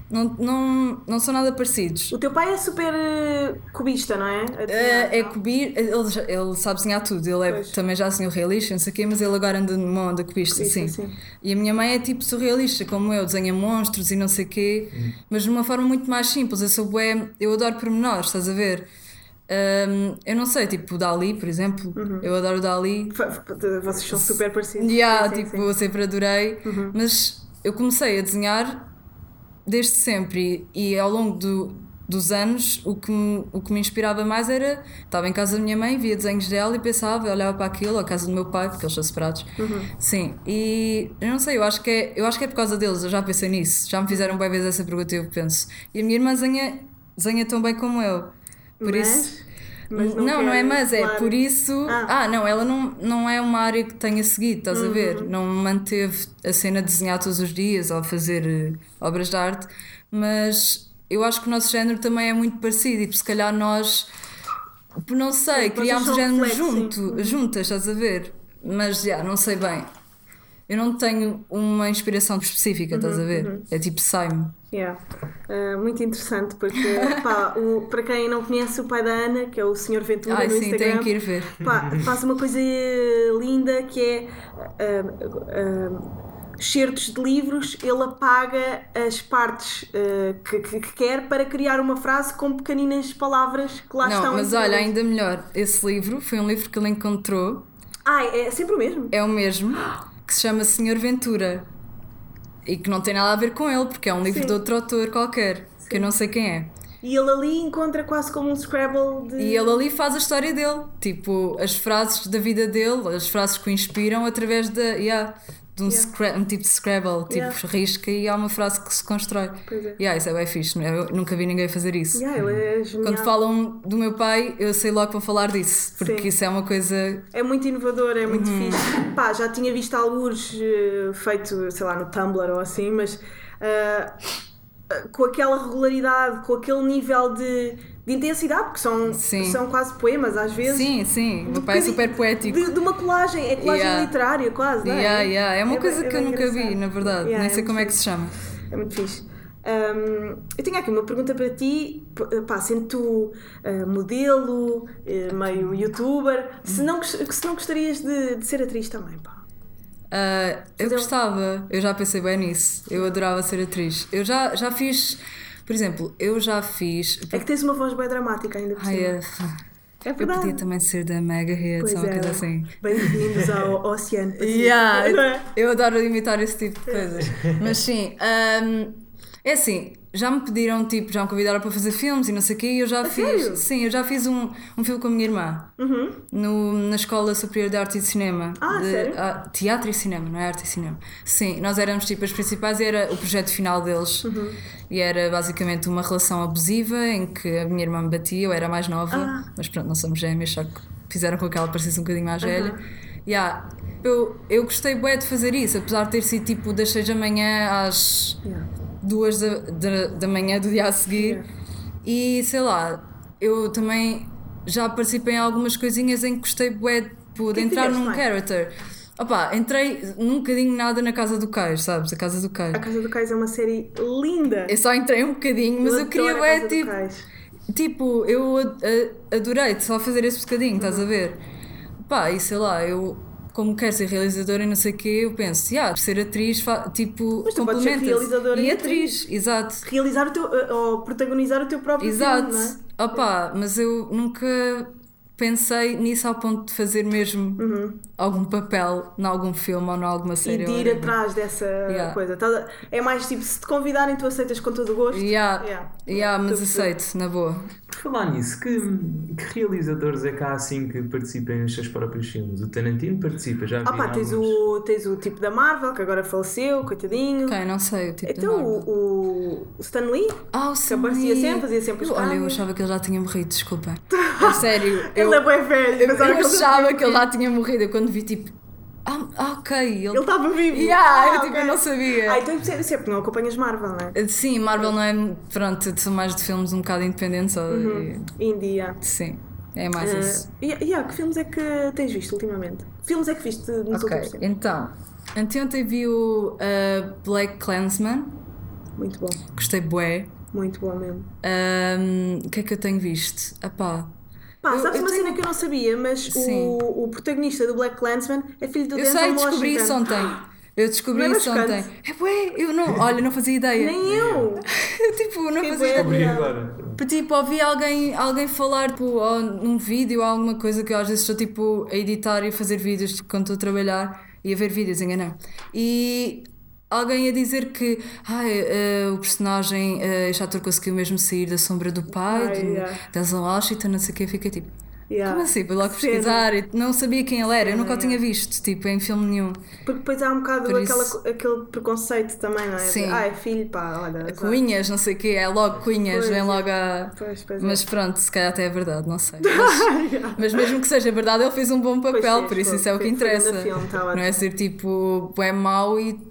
S4: Não, não, não são nada parecidos.
S2: Hum. O teu pai é super eh, cubista, não é? A desenhar,
S4: É, é
S2: não?
S4: cubir, ele, já- ele sabe desenhar tudo, ele é-
S2: Pois.
S4: também já desenhou realista, não sei o quê, mas ele agora anda numa onda cubista,
S2: Cubista,
S4: sim.
S2: sim.
S4: E a minha mãe é tipo surrealista, como eu, desenha monstros e não sei o quê, mas de uma forma muito mais simples. Eu sou bué, eu adoro pormenores, estás a ver? Hum, eu não sei, tipo o Dali, por exemplo,
S2: Uhum.
S4: eu adoro o Dali,
S2: Fa- fa- Vocês são super parecidos.
S4: Yeah,
S2: Sim, sim,
S4: tipo,
S2: sim. Uhum.
S4: eu sempre adorei, mas eu comecei a desenhar desde sempre e, e ao longo do- dos anos o que, me, o que me inspirava mais era estava em casa da minha mãe, via desenhos dela e pensava, eu olhava para aquilo, ou a casa do meu pai, porque eles são separados.
S2: Uhum.
S4: Sim, e eu não sei, eu acho, que é, eu acho que é por causa deles, eu já pensei nisso, já me fizeram bem vezes essa pergunta, eu penso. E a minha irmã desenha, desenha tão bem como eu, por
S2: Mas?
S4: isso.
S2: Mas
S4: não, não,
S2: quer,
S4: é mas, é
S2: claro.
S4: por isso.
S2: Ah. Uhum.
S4: Ah, não, ela não, não é uma área que tenha seguido, estás a ver? Não manteve a cena de desenhar todos os dias ou fazer eh, obras de arte, mas eu acho que o nosso género também é muito parecido e que se calhar nós, por não sei,
S2: vocês
S4: criámos
S2: são Uhum.
S4: o género
S2: reflexo,
S4: junto, juntas, estás a ver? Mas já, não sei bem. Eu não tenho uma inspiração específica, estás
S2: Uhum,
S4: a ver? É tipo, sai-me.
S2: Yeah. Ah, muito interessante,
S4: [laughs]
S2: porque pá, o- para quem não conhece o pai da Ana, que é o Sr. Ventura
S4: Ai,
S2: no
S4: sim,
S2: Instagram,
S4: tenho que ir ver.
S2: pá, faz uma coisa eh, linda que é ah, ah, certos de livros, ele apaga as partes ah, que, que- que quer para criar uma frase com pequeninas palavras que lá um
S4: Não,
S2: estão.
S4: mas olha, ainda melhor, esse livro foi um livro que ele encontrou
S2: Ah, é sempre o mesmo.
S4: é o mesmo, que se chama Senhor Ventura. E que não tem nada a ver com ele, porque é um livro
S2: Sim.
S4: de outro autor qualquer, que eu não sei quem é.
S2: E ele ali encontra quase como um Scrabble de.
S4: E ele ali faz a história dele, tipo, as frases da vida dele, as frases que o inspiram através da, yeah, de um,
S2: Yeah.
S4: scra- um tipo de Scrabble, tipo,
S2: Yeah.
S4: risca e há uma frase que se constrói.
S2: Pois é.
S4: Yeah, isso é bem fixe, eu nunca vi ninguém fazer isso.
S2: Yeah, ele é genial.
S4: Quando falam do meu pai, eu sei logo para falar disso, porque
S2: Sim.
S4: isso é uma coisa
S2: É muito inovador, é muito
S4: Uhum.
S2: fixe. Pá, já tinha visto alguns eh, feito, sei lá, no Tumblr ou assim, mas ah, ah, com aquela regularidade, com aquele nível de, de intensidade, porque são,
S4: Sim.
S2: são quase poemas às vezes.
S4: Sim, sim, o
S2: Um
S4: meu pai é
S2: bocadinho
S4: super poético.
S2: De, de uma colagem, é colagem
S4: Yeah.
S2: literária quase, não é?
S4: Yeah, yeah. É uma
S2: É bem-
S4: coisa
S2: é
S4: que eu
S2: bem
S4: nunca vi,
S2: engraçado.
S4: na verdade.
S2: Yeah,
S4: Nem
S2: é
S4: sei
S2: muito
S4: como é que
S2: fixe.
S4: se chama.
S2: É muito fixe. Hum, eu tenho aqui uma pergunta para ti, p- pá, sendo tu eh, modelo, eh, meio youtuber, se não, gos- se não gostarias de, de ser atriz também, pá.
S4: Ah, eu gostava, eu já pensei bem nisso. Eu adorava ser atriz. Eu já, já fiz, por exemplo, eu já fiz.
S2: É que tens uma voz bem dramática ainda por
S4: Ai,
S2: cima.
S4: é-
S2: É
S4: eu
S2: verdade.
S4: podia também ser da Mega Hits
S2: Pois
S4: ou uma
S2: é.
S4: coisa assim.
S2: Bem-vindos
S4: [laughs]
S2: ao Oceano Pacífico.
S4: Yeah,
S2: [laughs] Não
S4: [laughs]
S2: é?
S4: eu adoro imitar esse tipo de
S2: [laughs]
S4: coisas. Mas sim, hum, é assim, já me pediram, tipo, já me convidaram para fazer filmes e não sei o quê, e eu já fiz.
S2: sério?
S4: Sim, eu já fiz um, um filme com a minha irmã
S2: Uhum.
S4: no, na Escola Superior de Arte e de Cinema.
S2: Ah,
S4: de,
S2: sério?
S4: ah, teatro e cinema, não é arte e cinema. Sim, nós éramos tipo as principais e era o projeto final deles.
S2: Uhum.
S4: E era basicamente uma relação abusiva em que a minha irmã me batia, eu era mais nova,
S2: Ah.
S4: mas pronto, não somos gêmeas, só que fizeram com que ela parecesse um bocadinho mais velha.
S2: Uhum.
S4: Yeah, eu, eu gostei bué de fazer isso, apesar de ter sido tipo das 6 da manhã às
S2: Yeah.
S4: duas da, da, da manhã do dia a seguir. E sei lá, eu também já participei em algumas coisinhas em que gostei bué de de entrar
S2: fizeste,
S4: num
S2: Maia?
S4: character. Opa, entrei num bocadinho nada na Casa do Queijo, sabes? A Casa do
S2: A
S4: Queijo.
S2: Casa do Cais é uma série linda.
S4: Eu só entrei um bocadinho, mas eu, queria
S2: adoro a
S4: bué,
S2: Casa do
S4: tipo,
S2: Cais.
S4: tipo, eu a- a- adorei só fazer esse bocadinho, estás
S2: Uhum.
S4: a ver? Pá, e sei lá, eu como quero ser realizadora e não sei o quê, eu penso, yeah, ser atriz, fa- tipo,
S2: Mas tu podes ser
S4: complementa
S2: realizadora
S4: e
S2: e
S4: atriz, exato.
S2: Realizar o teu, eh, ou protagonizar o teu próprio
S4: Exato.
S2: filme, não é?
S4: Opa, mas eu nunca pensei nisso ao ponto de fazer mesmo algum papel em algum filme ou em alguma
S2: Uhum. E
S4: série.
S2: de
S4: ou
S2: ir
S4: whatever.
S2: atrás dessa
S4: Yeah.
S2: coisa. Estás a- É mais tipo, se te convidarem, tu aceitas com todo o gosto.
S4: Yeah.
S2: Yeah. Estou
S4: Yeah,
S2: a
S4: mas
S2: perceber.
S4: aceito, na boa.
S5: Por falar nisso, que, que realizadores é que há assim que participem nos seus próprios filmes? O Tarantino participa, já vi
S2: Ah pá, tens
S5: alguns.
S2: o, tens o tipo da Marvel, que agora faleceu, coitadinho.
S4: Ok, não sei o tipo de
S2: Então
S4: Marvel.
S2: o, o Stan Lee?
S4: Ah, o Sam
S2: aparecia
S4: Lee.
S2: sempre, fazia sempre os
S4: eu, Olha, eu
S2: cameos.
S4: achava que ele já tinha
S2: [laughs]
S4: morrido, desculpa. A sério, eu,
S2: Ele é bem velho, mas olha
S4: eu
S2: que ele-
S4: achava que ele já tinha morrido. Eu quando vi, tipo, ah, ah, ok, ele.
S2: ele tá-" estava vivo.
S4: Yeah, eu,
S2: Ah,
S4: tipo,
S2: ok.
S4: eu não sabia.
S2: Ah, então isso é isso é porque não acompanhas Marvel, não é?
S4: Sim, Marvel não é. Pronto, eu sou mais de filmes um bocado independentes. ou-
S2: Uhum. India.
S4: Sim, é mais isso.
S2: Uh, yeah, yeah, que filmes é que tens visto ultimamente? Que filmes é que viste nos
S4: Ok,
S2: últimos tempos?
S4: então. Anteontem vi o uh, Black Clansman,
S2: Muito bom,
S4: gostei bué.
S2: muito bom mesmo.
S4: Um, O que é que eu tenho visto? Apá,
S2: Pá,
S4: Eu-
S2: sabes
S4: eu
S2: uma
S4: tenho-
S2: cena que eu não sabia, mas
S4: Sim.
S2: o, o protagonista do Black Clansman é filho do
S4: eu
S2: Denzel
S4: sei, descobri
S2: Washington.
S4: isso ontem. Eu descobri
S2: Não é
S4: isso
S2: chocante?
S4: ontem. É bué, eu não, olha, não fazia ideia.
S2: Nem eu!
S4: eu [laughs] tipo, não
S2: Que bué.
S4: fazia ideia.
S5: Descobri agora.
S4: Tipo, ouvi alguém, alguém falar tipo, ou num vídeo ou alguma coisa que eu às vezes estou tipo, a editar e a fazer vídeos tipo, quando estou a trabalhar e a ver vídeos, enganei. E alguém a dizer que ai, eh, o personagem, eh, este ator conseguiu mesmo sair da sombra do pai,
S2: Ai,
S4: do,
S2: yeah.
S4: Denzel Washington, não sei o quê, fica tipo.
S2: Yeah.
S4: Como assim? Fui logo
S2: Cena.
S4: pesquisar, e não sabia quem ele era, eu nunca o tinha visto, tipo, em filme nenhum.
S2: Porque depois há um bocado
S4: Por
S2: aquela-
S4: isso-
S2: aquele preconceito também, não é?
S4: Sim.
S2: Ah, é filho, pá, olha. sabe?
S4: Cunhas, não sei o quê, é logo cunhas,
S2: Pois,
S4: vem
S2: é.
S4: logo a.
S2: Pois, pois é.
S4: Mas pronto, se calhar até é verdade,
S2: [laughs]
S4: não sei. Mas, mas mesmo que seja verdade, ele fez um bom papel,
S2: fez,
S4: por isso
S2: foi-
S4: isso é o que
S2: foi- foi
S4: interessa.
S2: grande filme, tá
S4: não é
S2: ótimo.
S4: ser tipo, é mau e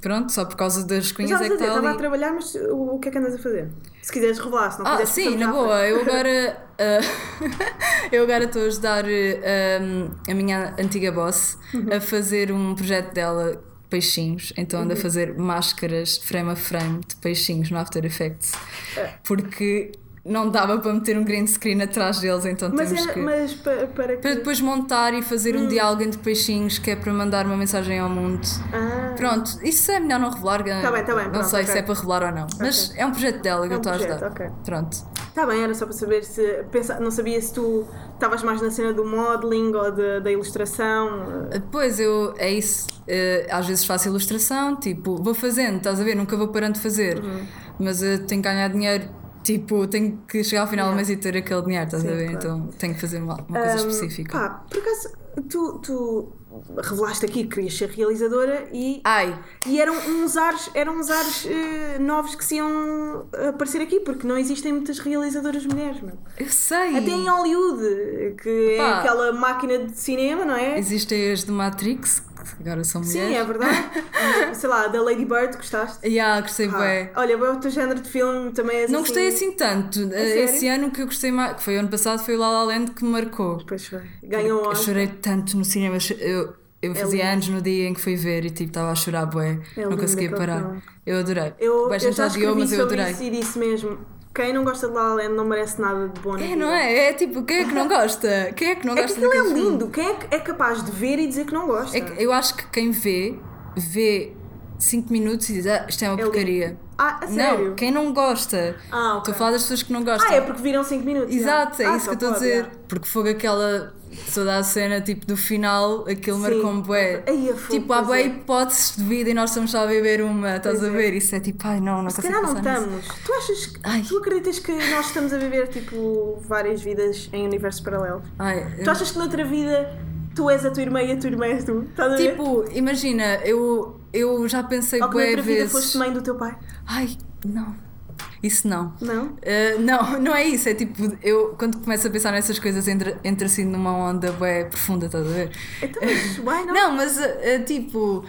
S4: pronto, só por causa
S2: Mas
S4: das cunhas
S2: estavas
S4: é
S2: a
S4: que
S2: dizer,
S4: está
S2: estava a
S4: ali.
S2: trabalhar, mas o, o que é que andas a fazer? Se quiseres revelar, se não
S4: Ah,
S2: quiseres.
S4: sim,
S2: estamos
S4: na
S2: à frente. [laughs]
S4: boa, eu agora. ah, [laughs] eu agora estou a ajudar eh, um, a minha antiga boss
S2: Uhum.
S4: a fazer um projeto dela. Peixinhos, então anda a
S2: Uhum.
S4: fazer máscaras frame a frame de peixinhos no After Effects
S2: É.
S4: porque não dava para meter um green screen atrás deles, então
S2: Mas,
S4: temos
S2: é,
S4: que.
S2: mas Hum. para, para que.
S4: Para depois montar e fazer um diálogo entre peixinhos que é para mandar uma mensagem ao mundo.
S2: Ah,
S4: Pronto, isso é melhor não revelar. Tá
S2: bem, tá bem,
S4: Não
S2: pronto,
S4: sei se
S2: ok.
S4: é para revelar ou não. Mas é um projeto dela que
S2: É
S4: eu
S2: um
S4: estou a
S2: projeto,
S4: ajudar.
S2: ok.
S4: Pronto.
S2: Está tá bem, era só para saber se. pensa- não sabia se tu estavas mais na cena do modeling ou de- da ilustração.
S4: Depois eu, é isso. Eh, Às vezes faço ilustração, tipo, vou fazendo, estás a ver? Nunca vou parando de fazer.
S2: Uhum.
S4: Mas eu tenho que ganhar dinheiro, tipo, tenho que chegar ao final do mês e ter aquele dinheiro, estás a ver? Então tenho que fazer uma, uma coisa específica.
S2: Pá, por acaso, tu, tu revelaste aqui que querias ser realizadora e.
S4: Ai,
S2: E eram uns ares, eram uns ares eh, novos que se iam aparecer aqui, porque não existem muitas realizadoras mulheres, meu.
S4: eu sei!
S2: Até em Hollywood, que é
S4: Pá.
S2: aquela máquina de cinema, não é?
S4: Existem as de Matrix, que agora são mulheres.
S2: Sim, é
S4: [laughs]
S2: verdade. Sei lá, da Lady Bird, gostaste?
S4: Yeah, gostei
S2: Pá,
S4: bué.
S2: Olha, o teu género de filme também é
S4: Não gostei assim tanto. Esse ano que eu gostei mais, que foi ano passado, foi o La La Land que me marcou.
S2: Pois foi. Ganhou
S4: assim. Eu
S2: Oscar.
S4: chorei tanto no cinema. Eu, eu fazia anos no dia em que fui ver e tipo estava a chorar bué.
S2: É
S4: não
S2: lindo
S4: conseguia
S2: aquele
S4: parar.
S2: filme.
S4: Eu adorei.
S2: Eu,
S4: Bué
S2: eu
S4: gente
S2: já
S4: odiou,
S2: escrevi
S4: mas eu
S2: sobre
S4: adorei.
S2: isso e disse mesmo. Quem não gosta de La La Land não merece nada de bom. na
S4: É,
S2: vida.
S4: não é? É tipo, quem é que não gosta? Quem é que não
S2: É que
S4: gosta
S2: aquilo é
S4: daquele filme?
S2: lindo. Quem é, que é capaz de ver e dizer que não gosta?
S4: É que eu acho que quem vê, vê 5 minutos e diz, ah, isto é uma
S2: É lindo.
S4: porcaria.
S2: Ah, a sério?
S4: Não, quem não gosta.
S2: Ah, ok.
S4: Estou a falar das pessoas que não gostam.
S2: Ah, é porque viram 5 minutos.
S4: Exato, é
S2: já. Ah,
S4: isso
S2: só
S4: que eu estou a
S2: pode,
S4: dizer.
S2: já.
S4: Porque foi aquela. toda a cena, tipo, do final, aquilo
S2: Sim.
S4: marcou-me bué.
S2: Aí é fogo,
S4: Tipo, há
S2: pois
S4: bué
S2: é.
S4: hipóteses de vida e nós estamos só a beber uma, estás
S2: Pois
S4: a
S2: é.
S4: ver? Isso é tipo, ai não, não
S2: Se
S4: consigo
S2: calhar não
S4: pensar nisso.
S2: estamos. Tu achas que.
S4: Ai.
S2: Tu acreditas que nós estamos a viver tipo várias vidas em universos paralelos?
S4: Ai,
S2: Tu achas que noutra vida tu és a tua irmã e a tua irmã és tu? Estás a ver?
S4: Tipo, imagina, eu, eu já pensei
S2: Ou que
S4: bué
S2: noutra vida
S4: vezes.
S2: foste mãe do teu pai?
S4: Ai, não. Isso não.
S2: Não?
S4: Uh, não, [laughs] não é isso. É tipo, eu quando começo a pensar nessas coisas entro, entro assim numa onda bué profunda, estás a ver?
S2: Então,
S4: [laughs]
S2: mas why not?
S4: Não, mas uh, uh, tipo,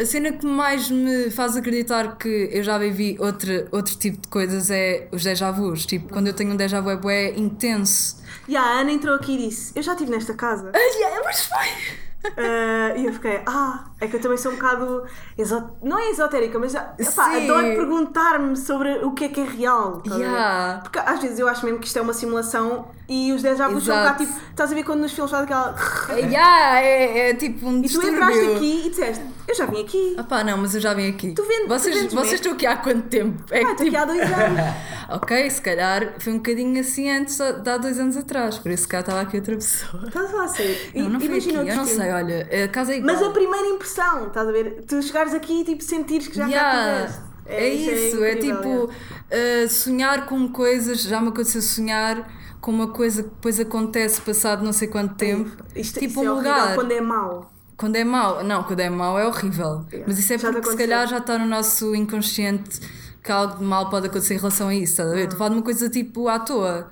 S4: a cena que mais me faz acreditar que eu já vivi outra, outro tipo de coisas é os déjà vus. Tipo, quando eu tenho um déjà vu é bué intenso.
S2: E a Ana entrou aqui e disse: Eu já estive nesta
S4: [laughs]
S2: casa.
S4: Ai, é, mas foi!
S2: Ah, e eu fiquei, ah, é que eu também sou um bocado. exo- Não é esotérica, mas epá,
S4: Sim.
S2: adoro perguntar-me sobre o que é que é real. estás a ver?
S4: Yeah.
S2: Porque às vezes eu acho mesmo que isto é uma simulação e os 10 já vos são um
S4: Exato.
S2: bocado tipo. Estás a ver quando nos filmes faz aquela.
S4: Yeah, Eh, é, é tipo um
S2: E tu
S4: distúrbio.
S2: entraste aqui e disseste, eu já vim aqui.
S4: Ah pá, não, mas eu já vim aqui.
S2: Tu vende- tu
S4: vocês,
S2: vendes
S4: vocês
S2: bem.
S4: estão aqui há quanto tempo? É
S2: Ah,
S4: que,
S2: estou aqui há dois anos.
S4: Ok, se calhar foi um bocadinho assim antes, de há dois anos atrás, por isso cá estava aqui outra pessoa.
S2: Estás lá a ser.
S4: Não, não foi aqui,
S2: Imagina
S4: eu
S2: outros
S4: não
S2: tempos.
S4: sei, olha, a casa é igual.
S2: Mas a primeira impressão, estás a ver? Tu chegares aqui e tipo sentires que já cá
S4: Yeah,
S2: estiveste.
S4: É, isso, é,
S2: incrível,
S4: tipo uh, sonhar com coisas, já me aconteceu sonhar com uma coisa que depois acontece passado não sei quanto tempo.
S2: é. Isto,
S4: tipo
S2: tipo
S4: um
S2: é horrível
S4: lugar.
S2: quando é mau.
S4: Quando é mau, não, quando é mau é horrível.
S2: Yeah.
S4: Mas isso é
S2: Já te
S4: porque se
S2: aconteceu?
S4: calhar já está no nosso inconsciente que algo de mal pode acontecer em relação a isso, estás a ver? Tu fala de uma coisa tipo à toa.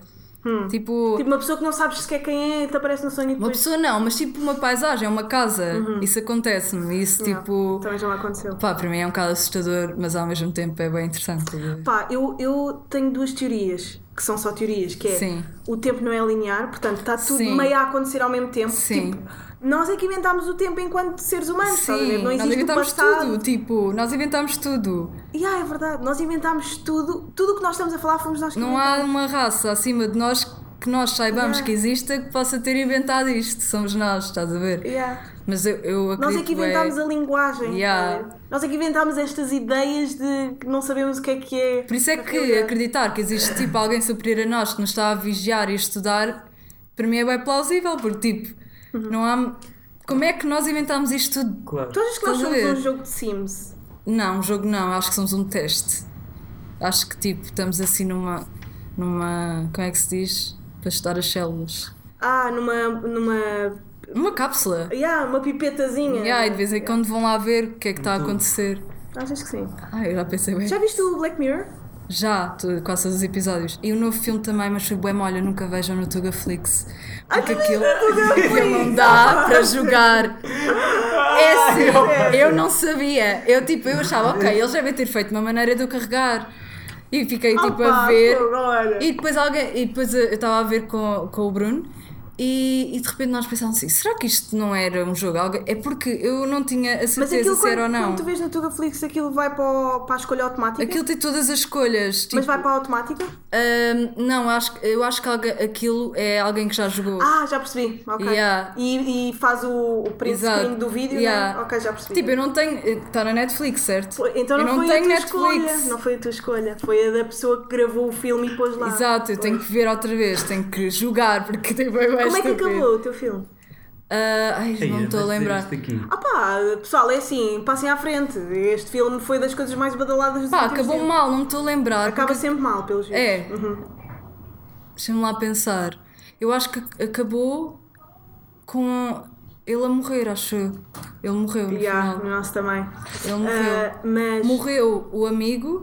S4: Tipo,
S2: Tipo uma pessoa que não sabes sequer quem é e te aparece no sonho e
S4: uma
S2: depois.
S4: pessoa não, mas tipo uma paisagem, uma casa. Isso acontece-me. Isso
S2: Uhum. Yeah,
S4: tipo.
S2: Também já me aconteceu.
S4: Pá, para mim é um bocado assustador, mas ao mesmo tempo é bem interessante. estás a ver?
S2: Pá, eu, eu tenho duas teorias, que são só teorias, que é
S4: Sim.
S2: o tempo não é linear, portanto está tudo
S4: Sim.
S2: meio a acontecer ao mesmo tempo.
S4: Sim.
S2: Tipo, nós é que inventámos o tempo enquanto seres humanos, estás a ver?
S4: Sim,
S2: não
S4: nós
S2: existe o
S4: inventámos
S2: passado.
S4: tudo, tipo, nós inventámos tudo.
S2: E ah, é verdade, nós inventámos tudo, tudo o que nós estamos a falar fomos nós que
S4: Não
S2: inventámos.
S4: há uma raça acima de nós que nós saibamos
S2: Yeah.
S4: que exista que possa ter inventado isto. Somos nós, estás a ver?
S2: Yeah.
S4: Mas eu, eu acredito
S2: Nós é que
S4: bué-
S2: inventámos a linguagem.
S4: Yeah.
S2: estás a ver? Nós é que inventámos estas ideias de que não sabemos o que é que é.
S4: Por isso é
S2: a
S4: que
S2: realidade.
S4: acreditar que existe tipo alguém superior a nós que nos está a vigiar e a estudar, para mim é bem plausível, porque tipo,
S2: Uhum.
S4: não há. Como é que nós inventámos isto tudo?
S5: Claro.
S2: Tu achas que nós
S4: Estás a
S2: somos
S4: ver?
S2: um jogo de Sims?
S4: Não, um jogo não, acho que somos um teste. Acho que tipo, estamos assim numa. numa. como é que se diz? Para estudar as células.
S2: Ah, numa. numa.
S4: Uma cápsula.
S2: Yeah, uma pipetazinha.
S4: Yeah, e de vez em quando vão lá ver o que é que está a acontecer.
S2: Achas que sim?
S4: Ah, eu já pensei bem.
S2: Já viste o Black Mirror?
S4: Já, tu- quase todos os episódios. E o novo filme também, mas foi bem olha, nunca vejam no Tugaflix. Porque aquilo, aquilo não dá para jogar. É assim, eu não sabia. Eu tipo, eu achava, ok, eles devem ter feito uma maneira de eu carregar. E fiquei tipo a
S2: Opa,
S4: ver.
S2: que horror.
S4: E depois alguém, e depois eh, eu estava a ver com, com o Bruno e, e de repente nós pensámos assim, será que isto não era um jogo? Alguém- É porque eu não tinha a
S2: Mas
S4: certeza
S2: aquilo
S4: se
S2: quando,
S4: era ou não.
S2: quando tu vês no Tugaflix aquilo vai para, o- para a escolha automática.
S4: Aquilo tem todas as escolhas. Tipo,
S2: Mas vai para a automática?
S4: Ahm, não, acho, eu acho que algu- aquilo é alguém que já jogou.
S2: Ah, já percebi. Ok.
S4: Yeah.
S2: E, e faz o, o print
S4: Exato.
S2: screen do vídeo,
S4: Yeah.
S2: né? Ok, já percebi.
S4: Tipo, eu não tenho. Está na Netflix, certo?
S2: Foi- Então
S4: eu
S2: não,
S4: não
S2: foi
S4: tenho
S2: a tua
S4: Netflix.
S2: escolha. Não foi a tua escolha. Foi a da pessoa que gravou o filme e pôs lá.
S4: Exato, eu tenho que ver outra vez, tenho que jogar, porque [laughs] tem bem mais
S2: Como é que acabou o teu filme?
S4: Ah, ai,
S5: Ei,
S4: não me estou a
S5: vai dizer
S4: lembrar.
S5: isto aqui.
S2: Ah pá, pessoal, é assim, passem à frente. Este filme foi das coisas mais badaladas dos
S4: Pá,
S2: últimos
S4: acabou
S2: tempos.
S4: mal, não me estou a lembrar.
S2: Acaba
S4: porque-
S2: sempre mal, pelos vistos.
S4: É. Deixa-me lá pensar. Eu acho que ac- acabou com ele a morrer, acho eu. Ele morreu no
S2: Yeah,
S4: final.
S2: no nosso também.
S4: Ele morreu.
S2: Ah, mas
S4: Morreu o amigo,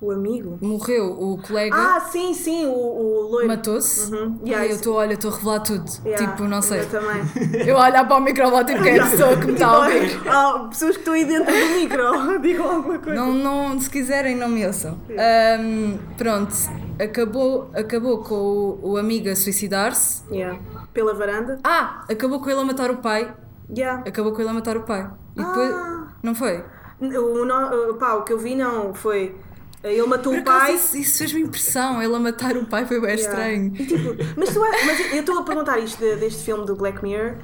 S2: o amigo.
S4: morreu o colega.
S2: Ah, sim, sim, o, o loiro.
S4: Matou-se?
S2: Uhum.
S4: Ai,
S2: Yeah,
S4: eu
S2: isso-
S4: estou, olha, estou a revelar tudo.
S2: Yeah,
S4: tipo, não sei.
S2: Eu também.
S4: [laughs] Eu olhar para o microfone tipo, quem é a pessoa que me está
S2: [laughs]
S4: a ouvir.
S2: Há pessoas que estão aí dentro do micro, [laughs] digam alguma coisa.
S4: Não, não, se quiserem, não me ouçam. Ahm, pronto, acabou, acabou com o, o amigo a suicidar-se.
S2: Yeah. Pela varanda?
S4: Ah, acabou com ele a matar o pai.
S2: Yeah.
S4: Acabou com ele a matar o pai. E depois.
S2: Ah.
S4: Não foi?
S2: O, no- pá, o que eu vi não foi. Ele matou
S4: Por
S2: o pai.
S4: acaso, isso, isso fez-me impressão. Ele a matar o pai foi bem
S2: Yeah.
S4: estranho.
S2: E, tipo, mas, tu é- mas eu estou a perguntar isto de- deste filme do Black Mirror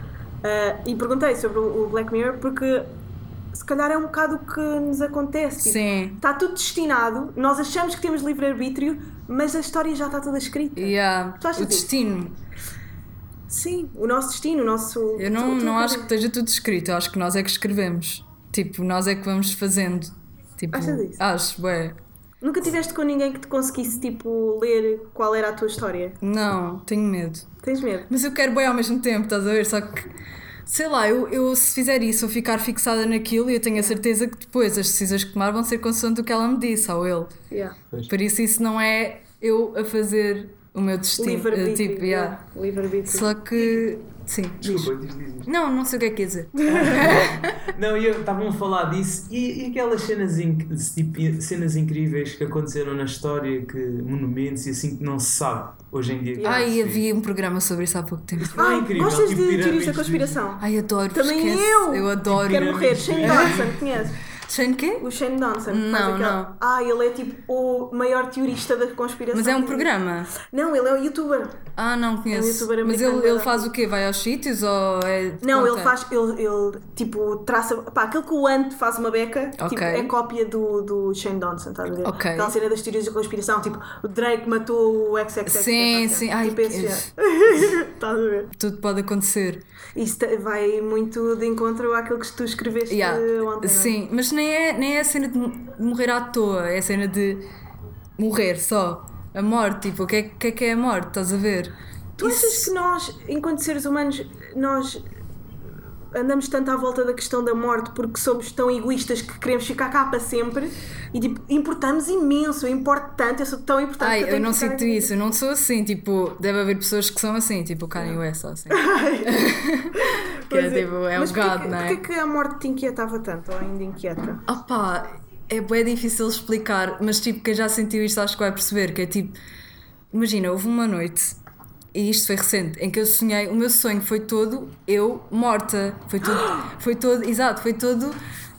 S2: eh, e perguntei sobre o, o Black Mirror porque se calhar é um bocado o que nos acontece. tipo,
S4: Sim.
S2: Está tudo destinado, nós achamos que temos livre-arbítrio, mas a história já está toda escrita.
S4: Yeah.
S2: Tu achas
S4: O
S2: isso?
S4: destino.
S2: Sim, o nosso destino, o nosso.
S4: Eu não, não acho que esteja tudo escrito, eu acho que nós é que escrevemos. Tipo, nós é que vamos fazendo. Tipo,
S2: Achas isso?
S4: Acho, bué.
S2: Nunca tiveste com ninguém que te conseguisse, tipo, ler qual era a tua história?
S4: Não, tenho medo.
S2: Tens medo?
S4: Mas eu quero bué ao mesmo tempo, estás a ver? Só que, sei lá, eu, eu se fizer isso, eu ficar fixada naquilo e eu tenho a certeza que depois as decisões que tomar vão ser consoante o que ela me disse, ou ele.
S2: Yeah.
S4: Por isso, isso não é eu a fazer o meu destino. eh,
S2: Livre-arbítrio.
S4: Tipo, yeah.
S2: yeah. Livre-arbítrio.
S4: Só que, sim. diz.
S5: Desculpa, diz, diz, diz.
S4: Não, não sei o que é que ia dizer.
S5: Não, e eu- estavam a falar disso e, e aquelas cenas, inc- tipo, cenas incríveis que aconteceram na história, que monumentos e assim que não se sabe hoje em dia. é que
S4: Ai,
S5: existem.
S4: havia um programa sobre isso há pouco tempo.
S5: Não é
S2: Ai,
S5: incrível,
S2: Ah, gostas
S5: tipo,
S2: de
S5: pirâmides
S2: teorias da conspiração?
S4: Ai, adoro.
S2: Também
S4: esquece.
S2: eu!
S4: Eu adoro.
S2: Quero
S5: pirâmides de [laughs]
S2: morrer. Shane
S5: Gizé.
S2: Dawson, conheces?
S4: Shane quê?
S2: O Shane Dawson. que
S4: Não,
S2: faz aquele...
S4: não.
S2: Ah, ele é tipo o maior teorista da conspiração.
S4: Mas é um programa.
S2: Não, ele é um youtuber.
S4: Ah,
S2: É
S4: não
S2: um
S4: conheço.
S2: youtuber
S4: Mas
S2: americano,
S4: ele, ele
S2: não.
S4: faz o quê? Vai aos sítios ou é.
S2: Não,
S4: conta?
S2: ele faz, ele, ele tipo traça. Pá, aquele que o Ant faz uma beca
S4: Ok.
S2: tipo, é cópia do, do Shane Dawson, estás a ver?
S4: Ok.
S2: Aquela cena das teorias da conspiração, tipo, o Drake matou o XXX.
S4: Sim, sim. Ai,
S2: tipo, esse
S4: que-
S2: género. [laughs] Estás a ver?
S4: Tudo pode acontecer.
S2: Isso te- vai muito de encontro àquilo que tu escreveste
S4: Yeah.
S2: ontem. não é?
S4: Sim, mas nem é, nem é a cena de mo- de morrer à toa, é a cena de morrer só. A morte, tipo, o que é que é, que é a morte? Estás a ver?
S2: Tu
S4: Isso-
S2: achas que nós, enquanto seres humanos, nós andamos tanto à volta da questão da morte porque somos tão egoístas que queremos ficar cá para sempre e tipo, importamos imenso, eu importo tanto, eu sou tão importante
S4: Ai,
S2: que eu,
S4: eu
S2: tenho
S4: não
S2: que ficar
S4: sinto
S2: aqui.
S4: isso, eu não sou assim, tipo, deve haver pessoas que são assim, tipo o Kanye West ou assim. que é
S2: Pois
S4: tipo, é
S2: Mas
S4: o
S2: porquê
S4: gado,
S2: que-
S4: não é?
S2: Porquê que a morte te inquietava tanto ou ainda inquieta?
S4: [laughs] Opa, é bem difícil explicar, mas tipo, quem já sentiu isto acho que vai perceber, que é tipo, imagina, houve uma noite, e isto foi recente, em que eu sonhei, o meu sonho foi todo eu morta, foi todo, [gasps] foi todo, exato, foi todo,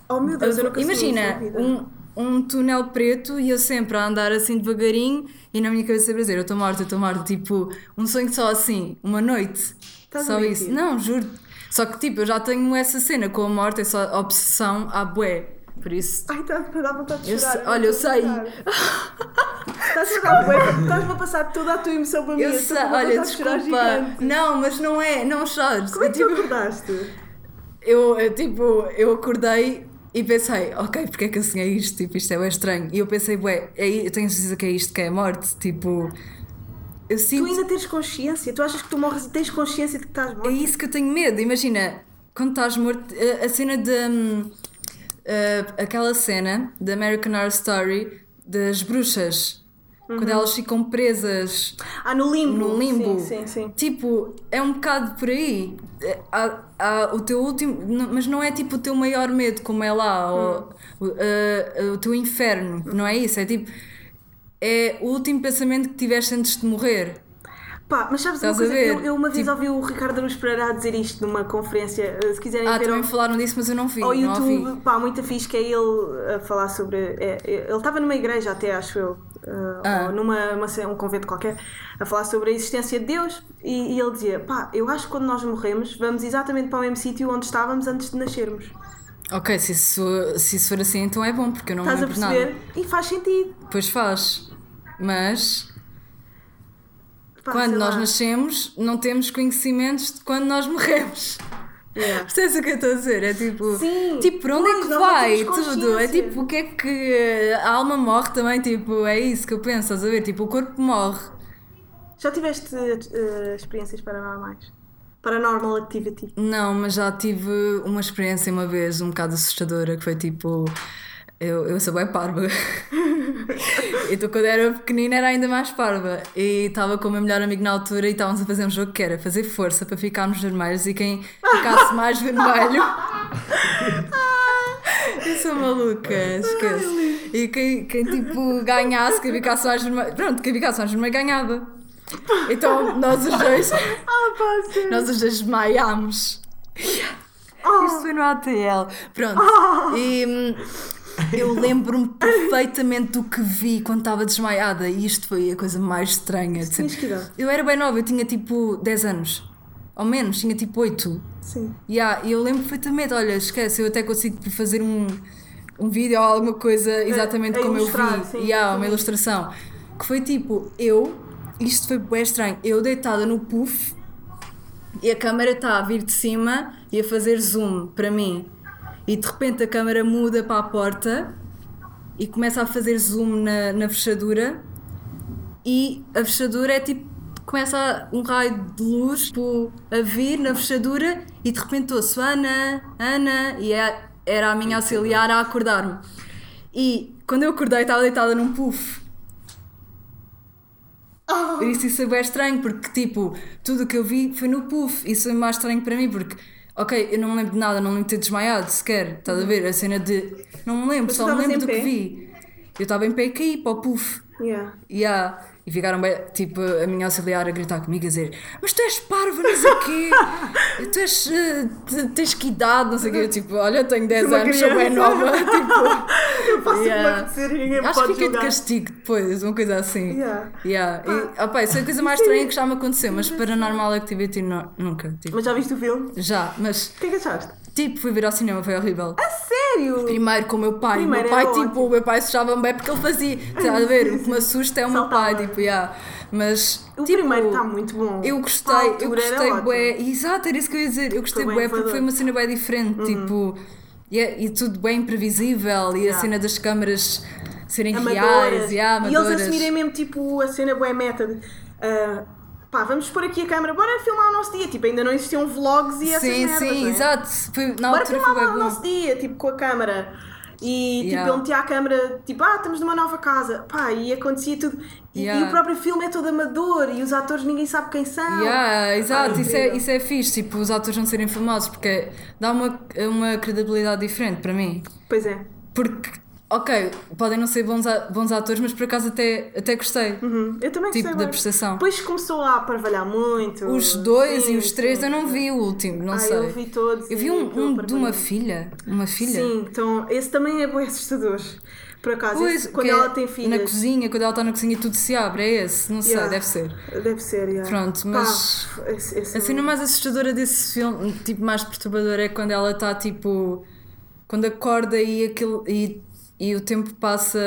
S2: Oh meu Deus, eu nunca sonhei
S4: imagina,
S2: isso na vida.
S4: um, um túnel preto e eu sempre a andar assim devagarinho e na minha cabeça sempre a dizer, eu estou morta, eu estou morta, tipo, um sonho só assim, uma noite,
S2: Estás a
S4: só
S2: mentir.
S4: isso, não, juro, só que tipo, eu já tenho essa cena com a morte, essa obsessão à bué, por isso...
S2: Ai, tá- dá vontade de
S4: Eu
S2: chorar.
S4: sei- olha, eu
S2: estou a
S4: sei.
S2: chorar. Estás a chorar, bué. Estás-me a passar toda a tua emoção para mim.
S4: [laughs] Eu
S2: estou
S4: sei,
S2: com uma
S4: olha,
S2: vontade de chorar
S4: desculpa.
S2: gigante.
S4: Não, mas não é, não chores.
S2: Como é
S4: Eu,
S2: que tu
S4: tipo,
S2: acordaste?
S4: eu, eu, tipo, eu acordei e pensei, ok, porque é que eu sonhei isto? Tipo, isto é bué estranho. E eu pensei, ué, eu tenho certeza que é isto que é a morte. Tipo, eu
S2: Tu
S4: sinto.
S2: ainda tens consciência? Tu achas que tu morres e tens consciência de que estás morto?
S4: É isso que eu tenho medo. Imagina, quando estás morto, a, a cena de. hum, a- aquela cena da American Horror Story das bruxas.
S2: Uhum.
S4: Quando elas ficam presas
S2: Ah, no limbo.
S4: no limbo.
S2: Sim, sim, sim.
S4: Tipo, é um bocado por aí. É, há- há o teu último. n- Mas não é tipo o teu maior medo, como é lá,
S2: Hum.
S4: ou, o- eh, o teu inferno. Não é isso? É tipo. É o último pensamento que tiveste antes de morrer.
S2: Pá, mas sabes uma
S4: Estás a
S2: coisa?
S4: ver?
S2: Eu, eu uma vez
S4: Tipo-
S2: ouvi o Ricardo Aruz Pereira a dizer isto numa conferência. eh, Se quiserem
S4: Ah,
S2: ver
S4: também
S2: ao,
S4: falaram disso, mas eu não vi.
S2: ao
S4: não ouvi.
S2: YouTube, pá, muito fixe que é ele a falar sobre. é, é, ele estava numa igreja até, acho eu. eh,
S4: Ah.
S2: Ou numa uma ce- um convento qualquer, a falar sobre a existência de Deus, e, e ele dizia: Pá, eu acho que quando nós morremos, vamos exatamente para o mesmo sítio onde estávamos antes de nascermos.
S4: Ok, se isso, se isso for assim, então é bom, porque eu não
S2: Estás a
S4: lembro
S2: perceber?
S4: nada.
S2: E faz sentido.
S4: Pois faz. Mas.
S2: Pá,
S4: quando
S2: sei
S4: nós
S2: lá.
S4: nascemos, não temos conhecimentos de quando nós morremos.
S2: Yeah.
S4: Percebes o que eu estou a dizer? É tipo,
S2: Sim,
S4: tipo por onde
S2: pois,
S4: é que
S2: não
S4: vai
S2: temos
S4: tudo? É
S2: consciência.
S4: tipo, o que é que a alma morre também? Tipo, é isso que eu penso, estás a ver? Tipo, o corpo morre.
S2: Já tiveste eh, experiências paranormais? Paranormal activity.
S4: Não, mas já tive uma experiência uma vez um bocado assustadora que foi tipo. Eu, eu sou bem parva. [laughs] então, quando era pequenina, era ainda mais parva. E estava com o meu melhor amigo na altura e estávamos a fazer um jogo que era fazer força para ficarmos vermelhos e quem ficasse mais vermelho. [laughs] Eu sou maluca, esquece. E quem, quem tipo ganhasse, quem ficasse mais vermelho. Pronto, quem ficasse mais vermelho ganhava. Então, nós os dois.
S2: Ah, pá, sério.
S4: Nós os
S2: Ah,
S4: desmaiámos. Isto foi no ATL. Pronto. E, hum, Eu lembro-me perfeitamente do que vi quando estava desmaiada e isto foi a coisa mais estranha de
S2: Tinhas
S4: sempre.
S2: que idade?
S4: Eu era bem nova, eu tinha tipo 10 anos. Ou menos, tinha tipo 8.
S2: Sim.
S4: Yeah, e eu lembro perfeitamente, olha, esquece, eu até consigo fazer um, um vídeo ou alguma coisa exatamente
S2: a
S4: como
S2: É,
S4: eu
S2: ilustrar,
S4: vi.
S2: sim,
S4: yeah, uma
S2: sim.
S4: ilustração. Que foi tipo, eu, isto foi bem estranho, eu deitada no puff e a câmera está a vir de cima e a fazer zoom para mim. E de repente a câmera muda para a porta e começa a fazer zoom na, na fechadura e a fechadura é tipo começa um raio de luz tipo, a vir na fechadura e de repente ouço Ana, Ana e é- era a minha auxiliar a acordar-me e quando eu acordei estava deitada num puff
S2: Ah.
S4: Por isso isso é bem estranho porque tipo tudo o que eu vi foi no puff isso é mais estranho para mim porque ok eu não me lembro de nada não me lembro de ter desmaiado sequer estás a ver a cena de não me lembro
S2: Uhum. Mas tu
S4: só me
S2: estavas
S4: lembro
S2: em
S4: do
S2: pé?
S4: que vi eu estava em pé e caí para o puff
S2: Yeah.
S4: Yeah. E ficaram bem, tipo, a minha auxiliar a gritar comigo, a dizer: Mas tu és parvo, não sei o
S2: [laughs]
S4: quê, tu és. eh, te- tens que idade, não sei o quê. Eu, tipo, olha, eu tenho 10
S2: Uma
S4: anos, sou bem
S2: criança. [laughs]
S4: nova. tipo,
S2: Eu posso
S4: Yeah.
S2: yeah. acontecer e ninguém me
S4: acho que
S2: pode
S4: fiquei de
S2: julgar.
S4: castigo depois, uma coisa assim.
S2: Yeah. Ah.
S4: Yeah. E, opa, isso é a coisa mais estranha que já me aconteceu, mas Paranormal Activity no, nunca. Tipo,
S2: Mas já viste o filme?
S4: já, mas
S2: O que é que achaste?
S4: tipo, fui vir ao cinema, foi horrível.
S2: A sério?
S4: Primeiro com o meu pai. O
S2: Primeiro
S4: meu pai,
S2: era
S4: tipo,
S2: ótimo.
S4: o meu pai sujava-me bem porque ele fazia. Está a ver? O que me assusta é o meu pai,
S2: Saltava.
S4: tipo, yeah. Mas.
S2: O
S4: tipo,
S2: primeiro está muito bom.
S4: Eu gostei,
S2: Para a
S4: eu
S2: altura era
S4: gostei,
S2: ótimo.
S4: bué. Exato, era isso que eu ia dizer. Eu gostei,
S2: Foi bem Uhum.
S4: bué,
S2: inovador.
S4: porque foi uma cena bem diferente, tipo. yeah, e tudo bem imprevisível, e a
S2: Yeah.
S4: cena das câmaras serem
S2: amadoras.
S4: reais, yeah,
S2: e eles
S4: amadoras.
S2: assumirem mesmo tipo a cena boa meta de ah, pá, vamos pôr aqui a câmera, bora filmar o nosso dia. Tipo, ainda não existiam vlogs e essas
S4: Sim,
S2: merdas,
S4: sim,
S2: não é?
S4: exato. Foi, na
S2: Bora
S4: altura foi
S2: filmar
S4: bem
S2: lá o
S4: bom.
S2: nosso dia, tipo, com a câmera. E tipo,
S4: Yeah.
S2: ele metia a câmera, tipo, ah, estamos numa nova casa, pá, e acontecia tudo. E, e
S4: Yeah.
S2: o próprio filme é todo amador e os atores ninguém sabe quem são.
S4: Yeah, exato,
S2: Ah,
S4: isso, é,
S2: incrível.
S4: isso é fixe, tipo, os atores não serem famosos, porque dá uma, uma credibilidade diferente para mim.
S2: Pois é.
S4: Porque, ok, podem não ser bons, a- bons atores, mas por acaso até, até gostei.
S2: Uhum. Eu também gostei
S4: Tipo da
S2: bué.
S4: prestação.
S2: Depois começou a aparvalhar muito.
S4: Os dois
S2: Sim,
S4: e os três
S2: sim.
S4: eu não vi o último, não
S2: Ah,
S4: sei.
S2: eu vi todos
S4: Eu
S2: e
S4: vi um,
S2: aquilo
S4: um de
S2: aparvalhou.
S4: uma filha. Uma filha?
S2: Sim, então esse também é bem assustador. Por acaso,
S4: Pois,
S2: esse- quando
S4: que é
S2: ela tem
S4: Na
S2: filhas.
S4: cozinha, quando ela está na cozinha e tudo se abre, é esse, não sei,
S2: Yeah.
S4: deve ser.
S2: Deve ser, yeah.
S4: Pronto,
S2: Pá,
S4: mas- assim
S2: esse- esse é
S4: A cena
S2: não-
S4: mais assustadora desse filme, tipo, mais perturbadora, é quando ela está tipo. Quando acorda e, aquilo, e, e o tempo passa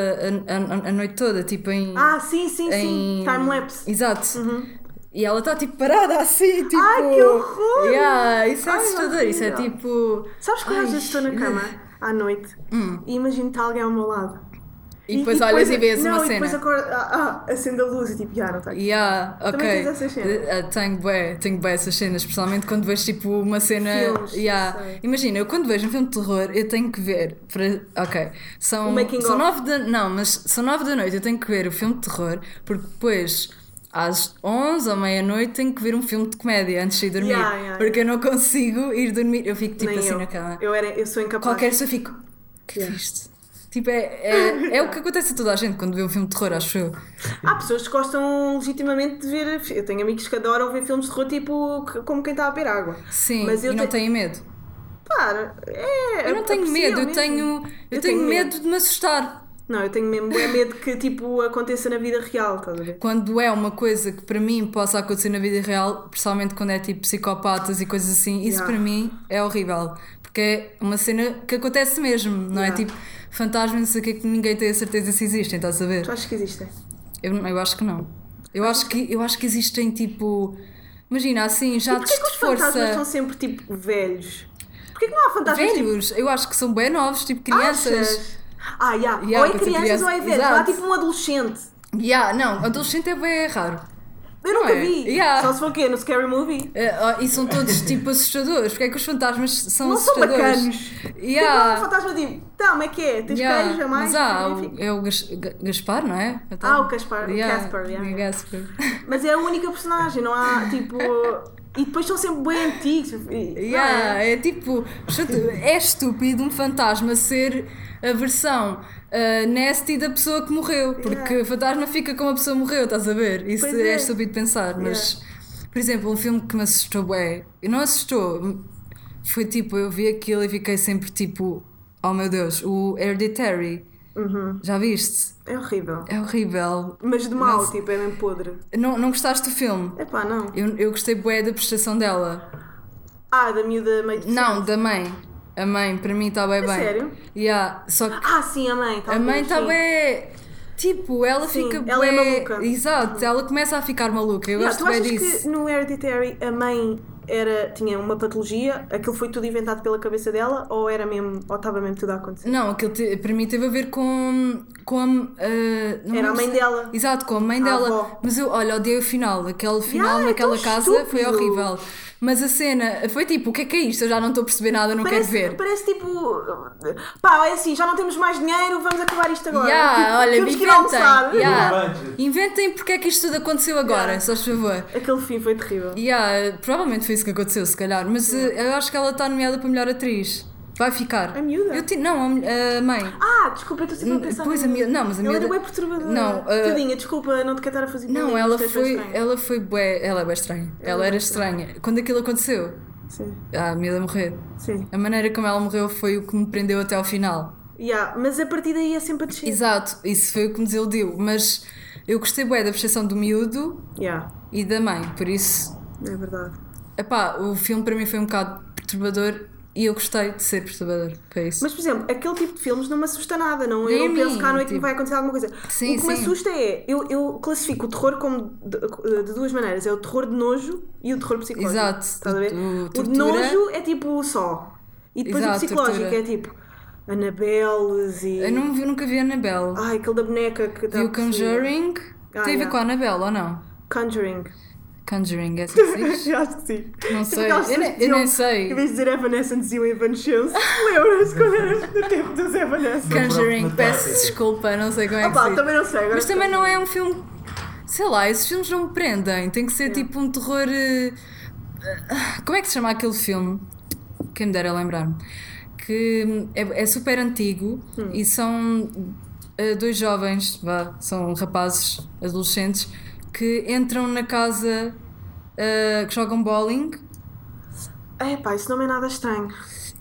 S4: a, a- a noite toda, tipo em.
S2: Ah, sim, sim, sim.
S4: em-
S2: Timelapse. Uhum.
S4: Exato. E ela está tipo parada assim, tipo.
S2: Ai, que horror!
S4: Yeah, isso é
S2: Ai,
S4: assustador, isso é
S2: horrível.
S4: tipo.
S2: Sabes que eu às
S4: Ai, Hum.
S2: vezes estou na cama à noite e imagino-te alguém ao meu lado.
S4: E depois olhas e vês
S2: não,
S4: uma
S2: e
S4: cena.
S2: depois acordo, ah, ah, acendo a luz e tipo, já, não está aqui.
S4: Yeah, ok.
S2: Também tens essas cenas?
S4: Eh, tenho bem, tenho bem essas cenas, especialmente quando vejo tipo uma cena.
S2: Filmes,
S4: yeah.
S2: sei.
S4: Imagina, eu quando vejo um filme de terror, eu tenho que ver. Para, ok.
S2: O
S4: São,
S2: making
S4: são
S2: of.
S4: nove da. Não, mas são nove da noite, eu tenho que ver o filme de terror, porque depois. Às 11 ou meia-noite tenho que ver um filme de comédia antes de ir dormir.
S2: Yeah, yeah,
S4: porque eu não consigo ir dormir. Eu fico tipo
S2: Nem
S4: assim
S2: eu.
S4: na cama.
S2: Eu, era, eu sou incapaz.
S4: Qualquer se eu fico. O que é que fiz? Tipo, é, é,
S2: [laughs]
S4: é o que acontece a toda a gente quando vê um filme de terror, acho eu.
S2: Há pessoas que gostam legitimamente de ver. Eu tenho amigos que adoram ver filmes de terror, tipo, que- como quem está a beber água.
S4: Sim,
S2: Mas eu
S4: e não
S2: te-
S4: tenho medo.
S2: Claro, é.
S4: Eu não tenho
S2: aprecio
S4: medo, eu
S2: mesmo.
S4: tenho, eu tenho, medo de me assustar.
S2: Não, eu tenho mesmo bué medo que tipo aconteça na vida real, estás a ver?
S4: Quando é uma coisa que para mim possa acontecer na vida real, principalmente quando é tipo psicopatas e coisas assim, isso
S2: Yeah.
S4: para mim é horrível. Porque é uma cena que acontece mesmo, não é
S2: Yeah.
S4: tipo fantasmas, não sei o que, que ninguém tem a certeza se existem, estás a ver?
S2: Tu achas que existem?
S4: Eu, eu acho que não. Eu acho que, eu acho que existem tipo. Imagina, assim, já
S2: Tipo, Porquê que
S4: de
S2: os fantasmas são
S4: força.
S2: sempre tipo velhos? Porquê que não há fantasmas tipo
S4: Velhos, eu acho que são bem novos, tipo crianças.
S2: Achas? Ah, yeah.
S4: Yeah,
S2: ou é
S4: pode ser
S2: crianças
S4: criança.
S2: ou é velhos. Há
S4: Exato.
S2: tipo um adolescente.
S4: Yeah, não, adolescente é bem raro.
S2: Eu
S4: Não
S2: nunca
S4: é?
S2: vi.
S4: Yeah.
S2: Só se for o quê? No Scary Movie?
S4: Eh, oh, e são todos tipo assustadores. Porque é que os fantasmas são
S2: Não são
S4: assustadores?
S2: bacanos. Tipo,
S4: Yeah,
S2: lá um fantasma tipo, então, como é que é? Tens
S4: yeah.
S2: queijo a mais? Tipo,
S4: Mas há, o-
S2: Enfim.
S4: é o Gas- Ga- Gaspar, não é?
S2: Ah, o Caspar- o
S4: Yeah,
S2: Caspar, yeah,
S4: o
S2: yeah.
S4: Gaspar.
S2: Mas é a única personagem, não há tipo. e depois são sempre bem antigos. E-
S4: Yeah, é tipo, chute- é estúpido um fantasma ser a versão ah, nasty da pessoa que morreu, porque
S2: Yeah.
S4: o fantasma fica como a pessoa morreu, estás a ver? Isso
S2: Pois
S4: é.
S2: é.
S4: estúpido pensar, mas por exemplo, um filme que me assustou, é, não assustou, foi tipo, eu vi aquilo e fiquei sempre tipo, Oh meu Deus, o Hereditary. Já viste?
S2: É horrível.
S4: É horrível.
S2: Mas de mal, tipo, é mesmo podre.
S4: Não, não gostaste do filme?
S2: Epá, não.
S4: Eu, eu gostei bué da prestação dela.
S2: Ah, da miúda meio de
S4: Não, da mãe. A mãe, para mim, está bem bem.
S2: sério?
S4: Yeah, só que
S2: Ah, sim, a mãe.
S4: a mãe está
S2: talvez, sim.
S4: bem. Tipo, ela
S2: Sim,
S4: fica
S2: ela é
S4: bué-
S2: maluca. Uhum.
S4: Exato, ela começa a ficar maluca. Eu
S2: Yeah,
S4: gosto
S2: tu
S4: bem
S2: achas
S4: disso.
S2: que no Hereditary a mãe era, tinha uma patologia, aquilo foi tudo inventado pela cabeça dela, ou era mesmo, ou estava mesmo tudo a acontecer?
S4: Não, aquilo te- para mim teve a ver com. com a. ah, não
S2: Era a
S4: lembro
S2: mãe
S4: se-
S2: dela.
S4: Exato, com a mãe
S2: A
S4: dela.
S2: avó.
S4: Mas eu, olha, odiei o final. Aquele final
S2: Yeah, é
S4: naquela
S2: tão
S4: casa foi
S2: estúpido.
S4: horrível. Mas a cena foi tipo: o que é que é isto? Eu já não estou a perceber nada, não
S2: parece,
S4: quero ver.
S2: parece tipo. Pá, é assim, já não temos mais dinheiro, vamos acabar isto agora.
S4: Yeah,
S2: Tipo,
S4: olha,
S2: temos
S4: me
S2: que ir almoçar.
S4: inventem. Yeah.
S5: Budget.
S4: Inventem porque é que isto tudo aconteceu agora,
S2: Yeah.
S4: só se favor.
S2: Aquele fim foi terrível.
S4: Yeah, provavelmente foi isso que aconteceu, se calhar. Mas eh, eu acho que ela está nomeada para melhor atriz. Vai ficar.
S2: A miúda?
S4: Eu ti- não, a, mu- a mãe. Hum,
S2: Ah, desculpa, eu estou sempre a pensar.
S4: Pois,
S2: na
S4: a
S2: miúda.
S4: miúda- não, mas a
S2: Ela
S4: miúda-
S2: era bem perturbadora.
S4: Não, ah,
S2: Tadinha, desculpa, não te quero estar a fazer
S4: Não,
S2: bullying,
S4: ela
S2: mas tu és bem
S4: foi,
S2: estranha.
S4: ela foi bué, ela é bué estranha. Ela era estranha. Quando aquilo aconteceu,
S2: Sim,
S4: ah, a miúda morreu.
S2: sim.
S4: A maneira como ela morreu foi o que me prendeu até ao final.
S2: Yeah, mas a partir daí é sempre a descer.
S4: Exato, isso foi o que me desiludiu. Mas eu gostei bué da percepção do miúdo
S2: Yeah,
S4: e da mãe, por isso...
S2: é verdade.
S4: Epá, o filme para mim foi um bocado perturbador e eu gostei de ser perturbador, foi isso.
S2: Mas, por exemplo, aquele tipo de filmes não me assusta nada, não?
S4: Nem
S2: eu
S4: a
S2: não
S4: mim,
S2: penso é que à noite me
S4: tipo-
S2: vai acontecer alguma coisa.
S4: Sim,
S2: o que me
S4: sim.
S2: assusta é, eu, eu classifico o terror como de, de duas maneiras: é o terror de nojo e o terror psicológico.
S4: Exato.
S2: Estás a ver?
S4: O- o
S2: O de
S4: tortura.
S2: nojo é tipo só. E depois
S4: Exato,
S2: o psicológico
S4: tortura.
S2: é tipo Anabelles e.
S4: Eu não vi- nunca vi a Anabelle.
S2: Ai, aquele da boneca que está.
S4: vi o Conjuring.
S2: Ah,
S4: Tem a ver
S2: yeah.
S4: com a Anabelle ou não?
S2: Conjuring.
S4: Conjuring, é assim que se
S2: [laughs]
S4: diz?
S2: Eu acho que sim. Tipo
S4: Não sei.
S2: aquelas
S4: Eu
S2: pessoas
S4: nem-
S2: que
S4: eu nem
S2: diziam,
S4: sei.
S2: Em vez de dizer Evanescence, diziam Evanescence. [laughs] Lembras quando eras no tempo dos Evanescence?
S4: Conjuring,
S5: Não,
S4: peço
S5: não.
S4: desculpa, não sei como é
S2: Ah
S4: que
S2: pá,
S4: se diz.
S2: também não sei. Agora
S4: Mas também não é um filme. Sei lá, esses filmes não me prendem. Tem que ser tipo um terror. eh, ah, Como é que se chama aquele filme? Quem me dera lembrar-me. Que é, é super antigo e são eh, dois jovens, vá, são rapazes, adolescentes, que entram na casa eh, que jogam bowling.
S2: É pá, isso não é nada estranho.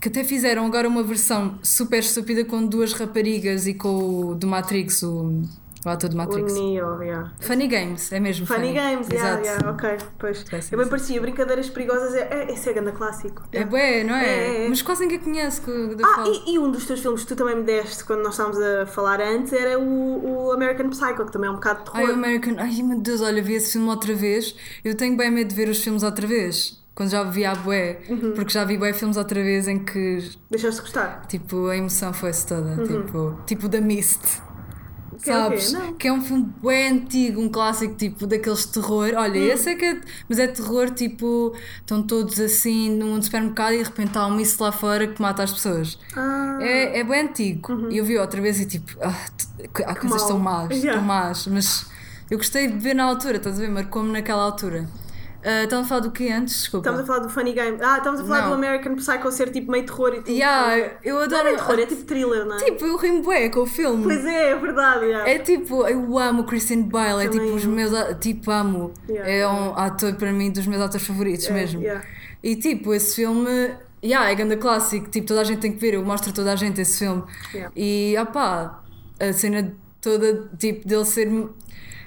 S4: Que até fizeram agora uma versão super estúpida com duas raparigas e com o do Matrix, o, o ator do
S2: O
S4: Matrix.
S2: Neo, yeah.
S4: Funny Games, é mesmo.
S2: Funny Games, yeah,
S4: Exato.
S2: yeah, ok, pois.
S4: Vai ser
S2: Eu bem
S4: isso.
S2: parecia Brincadeiras Perigosas, é, é, esse é grande clássico.
S4: É
S2: Yeah.
S4: bué, não é?
S2: É, é, é.
S4: Mas quase ninguém conhece que o da
S2: Ah,
S4: Fala.
S2: e, e um dos teus filmes que tu também me deste quando nós estávamos a falar antes era o, o American Psycho, que também é um bocado de
S4: Ai, o
S2: terror.
S4: American. Ai, meu Deus, olha, vi esse filme outra vez. Eu tenho bem medo de ver os filmes outra vez. Quando já vi a bué.
S2: Uhum.
S4: Porque já vi bué filmes outra vez em que,
S2: Deixaste de gostar.
S4: tipo, a emoção foi-se toda. Tipo, tipo da Mist.
S2: Uhum. Que é o quê?
S4: Sabes?
S2: Não.
S4: que é um filme bem antigo, um clássico tipo daqueles de terror. Olha,
S2: Uhum.
S4: esse é que é, mas é terror tipo, estão todos assim num supermercado e de repente há um míssil lá fora que mata as pessoas.
S2: Ah,
S4: É, é bem antigo. E eu vi outra vez e tipo, ah, t- que- há coisas
S2: Uhum. mal.
S4: tão más,
S2: Yeah.
S4: tão más, mas eu gostei de ver na altura, estás a ver? Marcou-me naquela altura. Ah, Estão a falar do que antes? Desculpa.
S2: estamos a falar do Funny Game. Ah, estamos a falar
S4: Não.
S2: do American Psycho ser tipo meio terror e tipo.
S4: Yeah, eu
S2: Não
S4: adoro.
S2: é terror, é tipo thriller, não é?
S4: Tipo, eu rimo bué com o filme.
S2: Pois é, é verdade. yeah.
S4: É tipo, eu amo o Christian Bale, é
S2: Também
S4: tipo os
S2: amo.
S4: meus, a- tipo amo.
S2: Yeah.
S4: é um ator para mim dos meus atores favoritos mesmo.
S2: yeah.
S4: E tipo, esse filme, yeah, é grande clássico, tipo, toda a gente tem que ver, eu mostro a toda a gente esse filme.
S2: Yeah.
S4: E opá, a cena toda, tipo, dele ser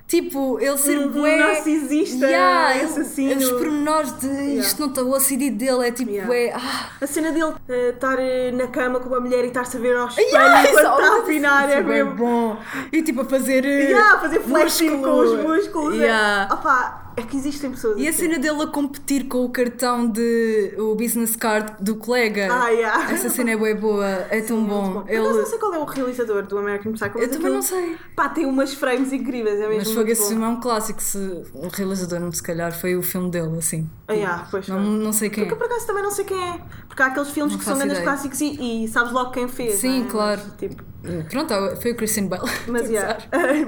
S4: tipo, ele ser
S2: Um- um
S4: bué-
S2: narcisista,
S4: ele-
S2: assassino.
S4: Os pormenores de isto não está o OCD dele, é tipo,
S2: Yeah.
S4: bué, ah,
S2: A cena dele eh, estar eh, na cama com uma mulher e estar-se tá a ver ao espelho
S4: Yeah,
S2: enquanto
S4: só-
S2: está a afinar é
S4: Isso bué
S2: mesmo.
S4: bom. E tipo, a fazer. eh,
S2: Yeah, fazer flexing com os
S4: músculo.
S2: músculos.
S4: Yeah.
S2: É. Opa, é que existem pessoas.
S4: E a
S2: assim.
S4: cena dele a competir com o cartão de o business card do colega.
S2: Ah, yeah.
S4: Essa cena é bem boa, é tão bom.
S2: Por acaso não
S4: Ele,
S2: sei qual é o realizador do American Psycho. mas
S4: eu também
S2: aquilo-
S4: não sei.
S2: Pá, tem umas frames incríveis, é mesmo.
S4: Mas foi
S2: muito
S4: que esse
S2: bom.
S4: filme é um clássico, se o realizador não se calhar foi o filme dele, assim.
S2: Ah, yeah, pois
S4: Não,
S2: foi.
S4: não sei quem
S2: Porque
S4: é.
S2: por acaso também não sei quem é. Porque há aqueles filmes
S4: Não
S2: que são
S4: faço
S2: grandes
S4: ideia.
S2: clássicos e, e sabes logo quem fez.
S4: Sim,
S2: não é?
S4: claro.
S2: Mas, tipo,
S4: Pronto, foi o Christian Bale.
S2: mas
S4: Estou a
S2: yeah.
S4: gozar.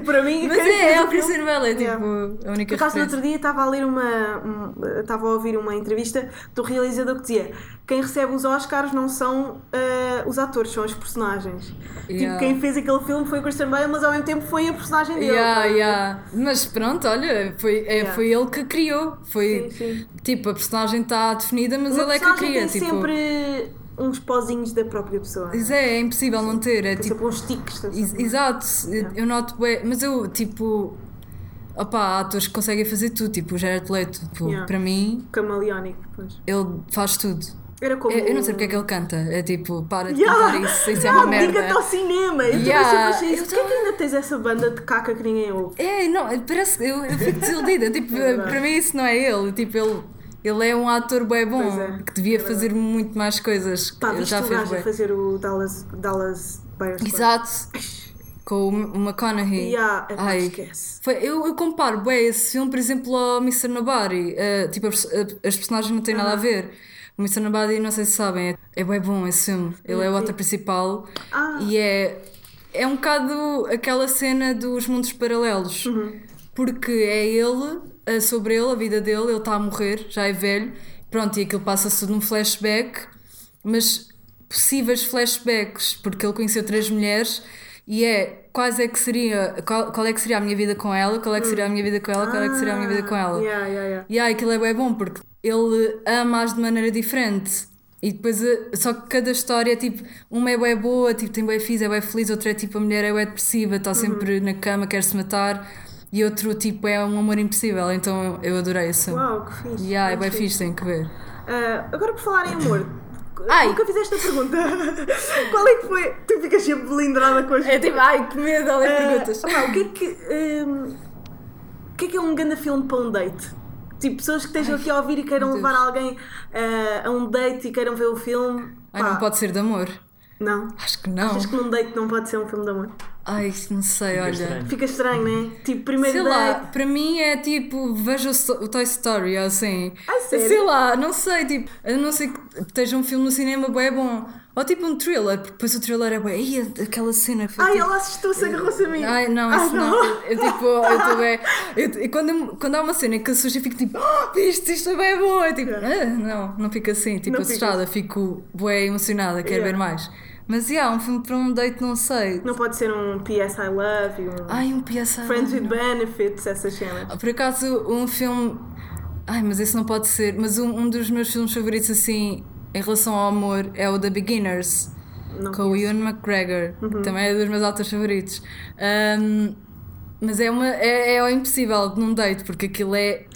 S2: [laughs] para mim,
S4: Mas
S2: quem
S4: é,
S2: fez
S4: é
S2: o
S4: o Christian Bale, é tipo
S2: Yeah.
S4: a única
S2: Por acaso, no
S4: referência.
S2: outro dia estava a ler uma. um- Estava a ouvir uma entrevista do realizador que dizia: quem recebe os Oscars não são eh, os atores, são os personagens. Tipo,
S4: Yeah.
S2: quem fez aquele filme foi o Christian Bale, mas ao mesmo tempo foi a personagem
S4: [laughs]
S2: dele.
S4: Yeah, yeah. Mas pronto, olha, foi, é,
S2: Yeah.
S4: foi ele que criou. Foi
S2: Sim, sim.
S4: tipo, a personagem está definida, mas
S2: Uma
S4: ele é que
S2: personagem
S4: cria.
S2: tem
S4: tipo,
S2: sempre uns pozinhos da própria pessoa.
S4: Mas é, é impossível não ter. É,
S2: Por
S4: tipo,
S2: exemplo, uns tiques. tá
S4: Ex-
S2: assim.
S4: Exato, eu- eu noto bem, mas eu tipo. Opa, há atores que conseguem fazer tudo, tipo o Gerard Leto, tipo,
S2: Yeah.
S4: para mim,
S2: Camaleónico, pois.
S4: ele faz tudo.
S2: Era como.
S4: Eu, eu não sei porque é que ele canta, é tipo, para de
S2: Yeah.
S4: cantar isso, isso é
S2: Yeah,
S4: uma merda.
S2: Diga-te ao cinema! Eu também
S4: Yeah,
S2: sempre achei isso.
S4: eu
S2: Porquê que ainda tens essa banda de caca que ninguém ouve?
S4: É, não, parece que eu, eu fico desiludida, tipo,
S2: verdade.
S4: para mim isso não é ele, tipo, ele, ele é um ator bem bom,
S2: Pois é,
S4: que devia fazer muito mais coisas,
S2: Pá,
S4: ele
S2: viste
S4: já
S2: o
S4: fez
S2: gajo a
S4: bem.
S2: fazer o Dallas, Dallas Buyers Club?
S4: Exato, com o M- o McConaughey.
S2: Yeah, epá,
S4: Ai.
S2: esquece.
S4: Foi- eu, eu comparo bem esse filme, por exemplo, ao Mr. Nobody. Eh, tipo, as, a- as personagens não têm nada a ver. O Mr. Nobody, não sei se sabem, é, é bem bom esse filme. Ele
S2: Uhum.
S4: é o ator principal
S2: Ah.
S4: e é, é um bocado aquela cena dos mundos paralelos. Porque é ele, eh, sobre ele, a vida dele, ele está a morrer, já é velho. Pronto, e aquilo passa-se tudo num flashback, mas possíveis flashbacks, porque ele conheceu três mulheres e é quais é que seria, qual, qual é que seria a minha vida com ela, qual é que seria a minha vida com ela, qual é que seria a minha vida com ela.
S2: Ah, Yeah, yeah, yeah.
S4: E aí aquilo é bem bom porque ele ama-as de maneira diferente. E depois, eh, só que cada história é tipo, uma é bem boa, tipo, tem bem fiz, é bem feliz, outra é tipo, a mulher é bem depressiva, está sempre na cama, quer se matar, e outro tipo é um amor impossível. Então eu adorei isso.
S2: Uau, que fixe.
S4: E aí, é bem
S2: Muito
S4: fixe, tem que ver.
S2: Ah, agora por falar em
S4: [coughs]
S2: amor.
S4: Ai.
S2: Nunca fizeste a pergunta. [laughs] Qual é que foi? Tu ficas sempre melindrada com as
S4: tipo, ai que medo, olha
S2: Ah, opá, o que é que. hum, o que é que é um grande filme para um date? Tipo, pessoas que estejam aqui a ouvir e queiram
S4: meu
S2: levar alguém ah, a um date e queiram ver o filme.
S4: Ai,
S2: pá,
S4: não pode ser de amor.
S2: Não.
S4: Acho que não.
S2: Achas que num date não pode ser um filme de amor?
S4: Ai, não sei, olha.
S5: é estranho.
S2: Fica estranho, não é? Tipo, primeiro
S4: Sei
S2: date.
S4: lá, para mim é tipo, vejo o Sto- o Toy Story, assim.
S2: Ai, sério?
S4: Sei lá, não sei, tipo, a não ser que esteja um filme no cinema bem bom. Ou tipo um thriller, porque depois o thriller é bem. Ai, aquela cena foi.
S2: Ai,
S4: tipo-
S2: ela assustou-se, agarrou-se a mim.
S4: Ai, não,
S2: Ai,
S4: isso não. Eu, eu, tipo, eu estou bem. eu- eu- quando, eu- quando há uma cena que assusta, eu fico tipo, oh, viste, isto é bem bom. Eu, tipo, ah, não, não fico assim, tipo,
S2: Não fica.
S4: assustada, fico bem emocionada, quero
S2: Yeah.
S4: ver mais. Mas, yeah, um filme para um date, não sei.
S2: [laughs] Não pode ser um PS I Love e um
S4: Ai, um PSA.
S2: Friends with Benefits, essas cenas.
S4: Por acaso, um filme. Ai, mas esse não pode ser. Mas um, um dos meus filmes favoritos, assim, em relação ao amor, é o The Beginners,
S2: Não Uhum.
S4: com o Ewan McGregor. Também é um dos meus autores favoritos. Ahm, mas é, uma, é, é o impossível de não date, porque aquilo é.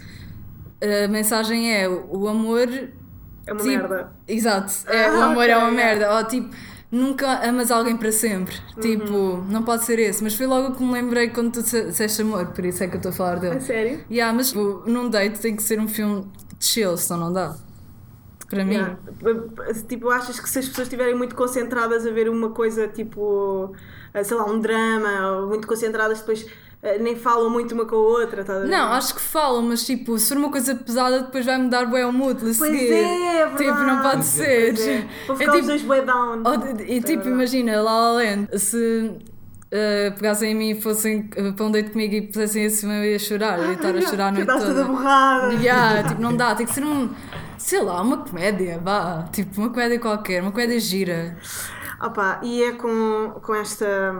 S4: A mensagem é o amor.
S2: É uma
S4: tipo-
S2: merda.
S4: Exato. É, o
S2: Ah,
S4: amor é
S2: ok, yeah.
S4: uma merda. Ou tipo, nunca amas alguém para sempre.
S2: Uhum.
S4: Tipo, não pode ser esse. Mas foi logo que me lembrei quando tu disse- disseste amor, por isso é que eu estou a falar dele.
S2: A sério?
S4: Yeah, mas tipo, num date tem que ser um filme de chill, senão não dá. Para mim.
S2: Yeah. Se, Tipo, achas que se as pessoas estiverem muito concentradas a ver uma coisa tipo, eh, sei lá, um drama, ou muito concentradas, depois eh, nem falam muito uma com a outra, estás a ver?
S4: Não, acho que falam, mas tipo, se for uma coisa pesada, depois vai mudar bem o mood a
S2: Pois
S4: seguir.
S2: é, é verdade.
S4: tipo, não pode
S2: Pois
S4: ser.
S2: Pois é. Vou ficar os
S4: É tipo,
S2: dois É way down.
S4: ou de- de- e tipo, imagina, La La Land, se eh, pegassem em mim e fossem eh, para um date comigo e pusessem esse filme, eu ia chorar, eu ia
S2: [laughs]
S4: estar a chorar a noite
S2: Estás toda
S4: toda.
S2: borrada.
S4: Yeah, tipo, não dá, tem que ser um, sei lá, uma comédia, vá, tipo, uma comédia qualquer, uma comédia gira.
S2: Opa, e é com, com esta,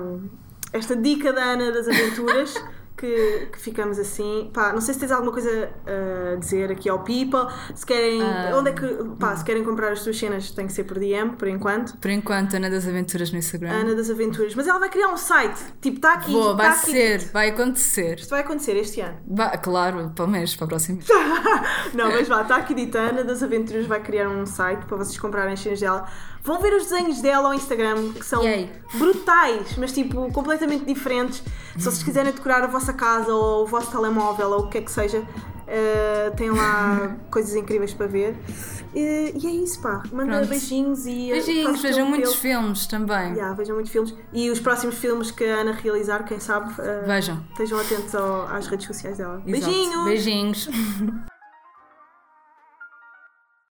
S2: esta dica da Ana das
S4: [laughs]
S2: Aventuras que, que ficamos assim. Pá, não sei se tens alguma coisa eh, a dizer aqui ao People. Se querem.
S4: Ah.
S2: onde é que. Pá, se querem comprar as tuas cenas, tem que ser por DM, por enquanto.
S4: Por enquanto, Ana das Aventuras no Instagram.
S2: Ana das Aventuras. Mas ela vai criar um site. Tipo, está aqui.
S4: Vou,
S2: tá
S4: vai
S2: aqui.
S4: ser, vai acontecer.
S2: Isto vai acontecer este ano.
S4: Vai- claro, para o mês, para o próximo mês.
S2: Não, mas vá, está aqui dita. Ana das Aventuras vai criar um site para vocês comprarem as cenas dela. Vão ver os desenhos dela ao Instagram, que são
S4: Yay.
S2: brutais, mas tipo, completamente diferentes. Se vocês quiserem decorar a vossa casa ou o vosso telemóvel ou o que é que seja, eh, têm
S4: [laughs]
S2: lá coisas incríveis para ver. Eh, e é isso, pá. Manda
S4: Pronto.
S2: beijinhos e. eh,
S4: Beijinhos,
S2: façam
S4: vejam
S2: filme
S4: muitos
S2: dele.
S4: filmes também.
S2: Yeah, vejam muitos filmes. E os próximos filmes que a Ana realizar, quem sabe, eh,
S4: Vejam.
S2: estejam atentos ao- às redes sociais dela.
S4: Exato.
S2: Beijinhos!
S4: Beijinhos.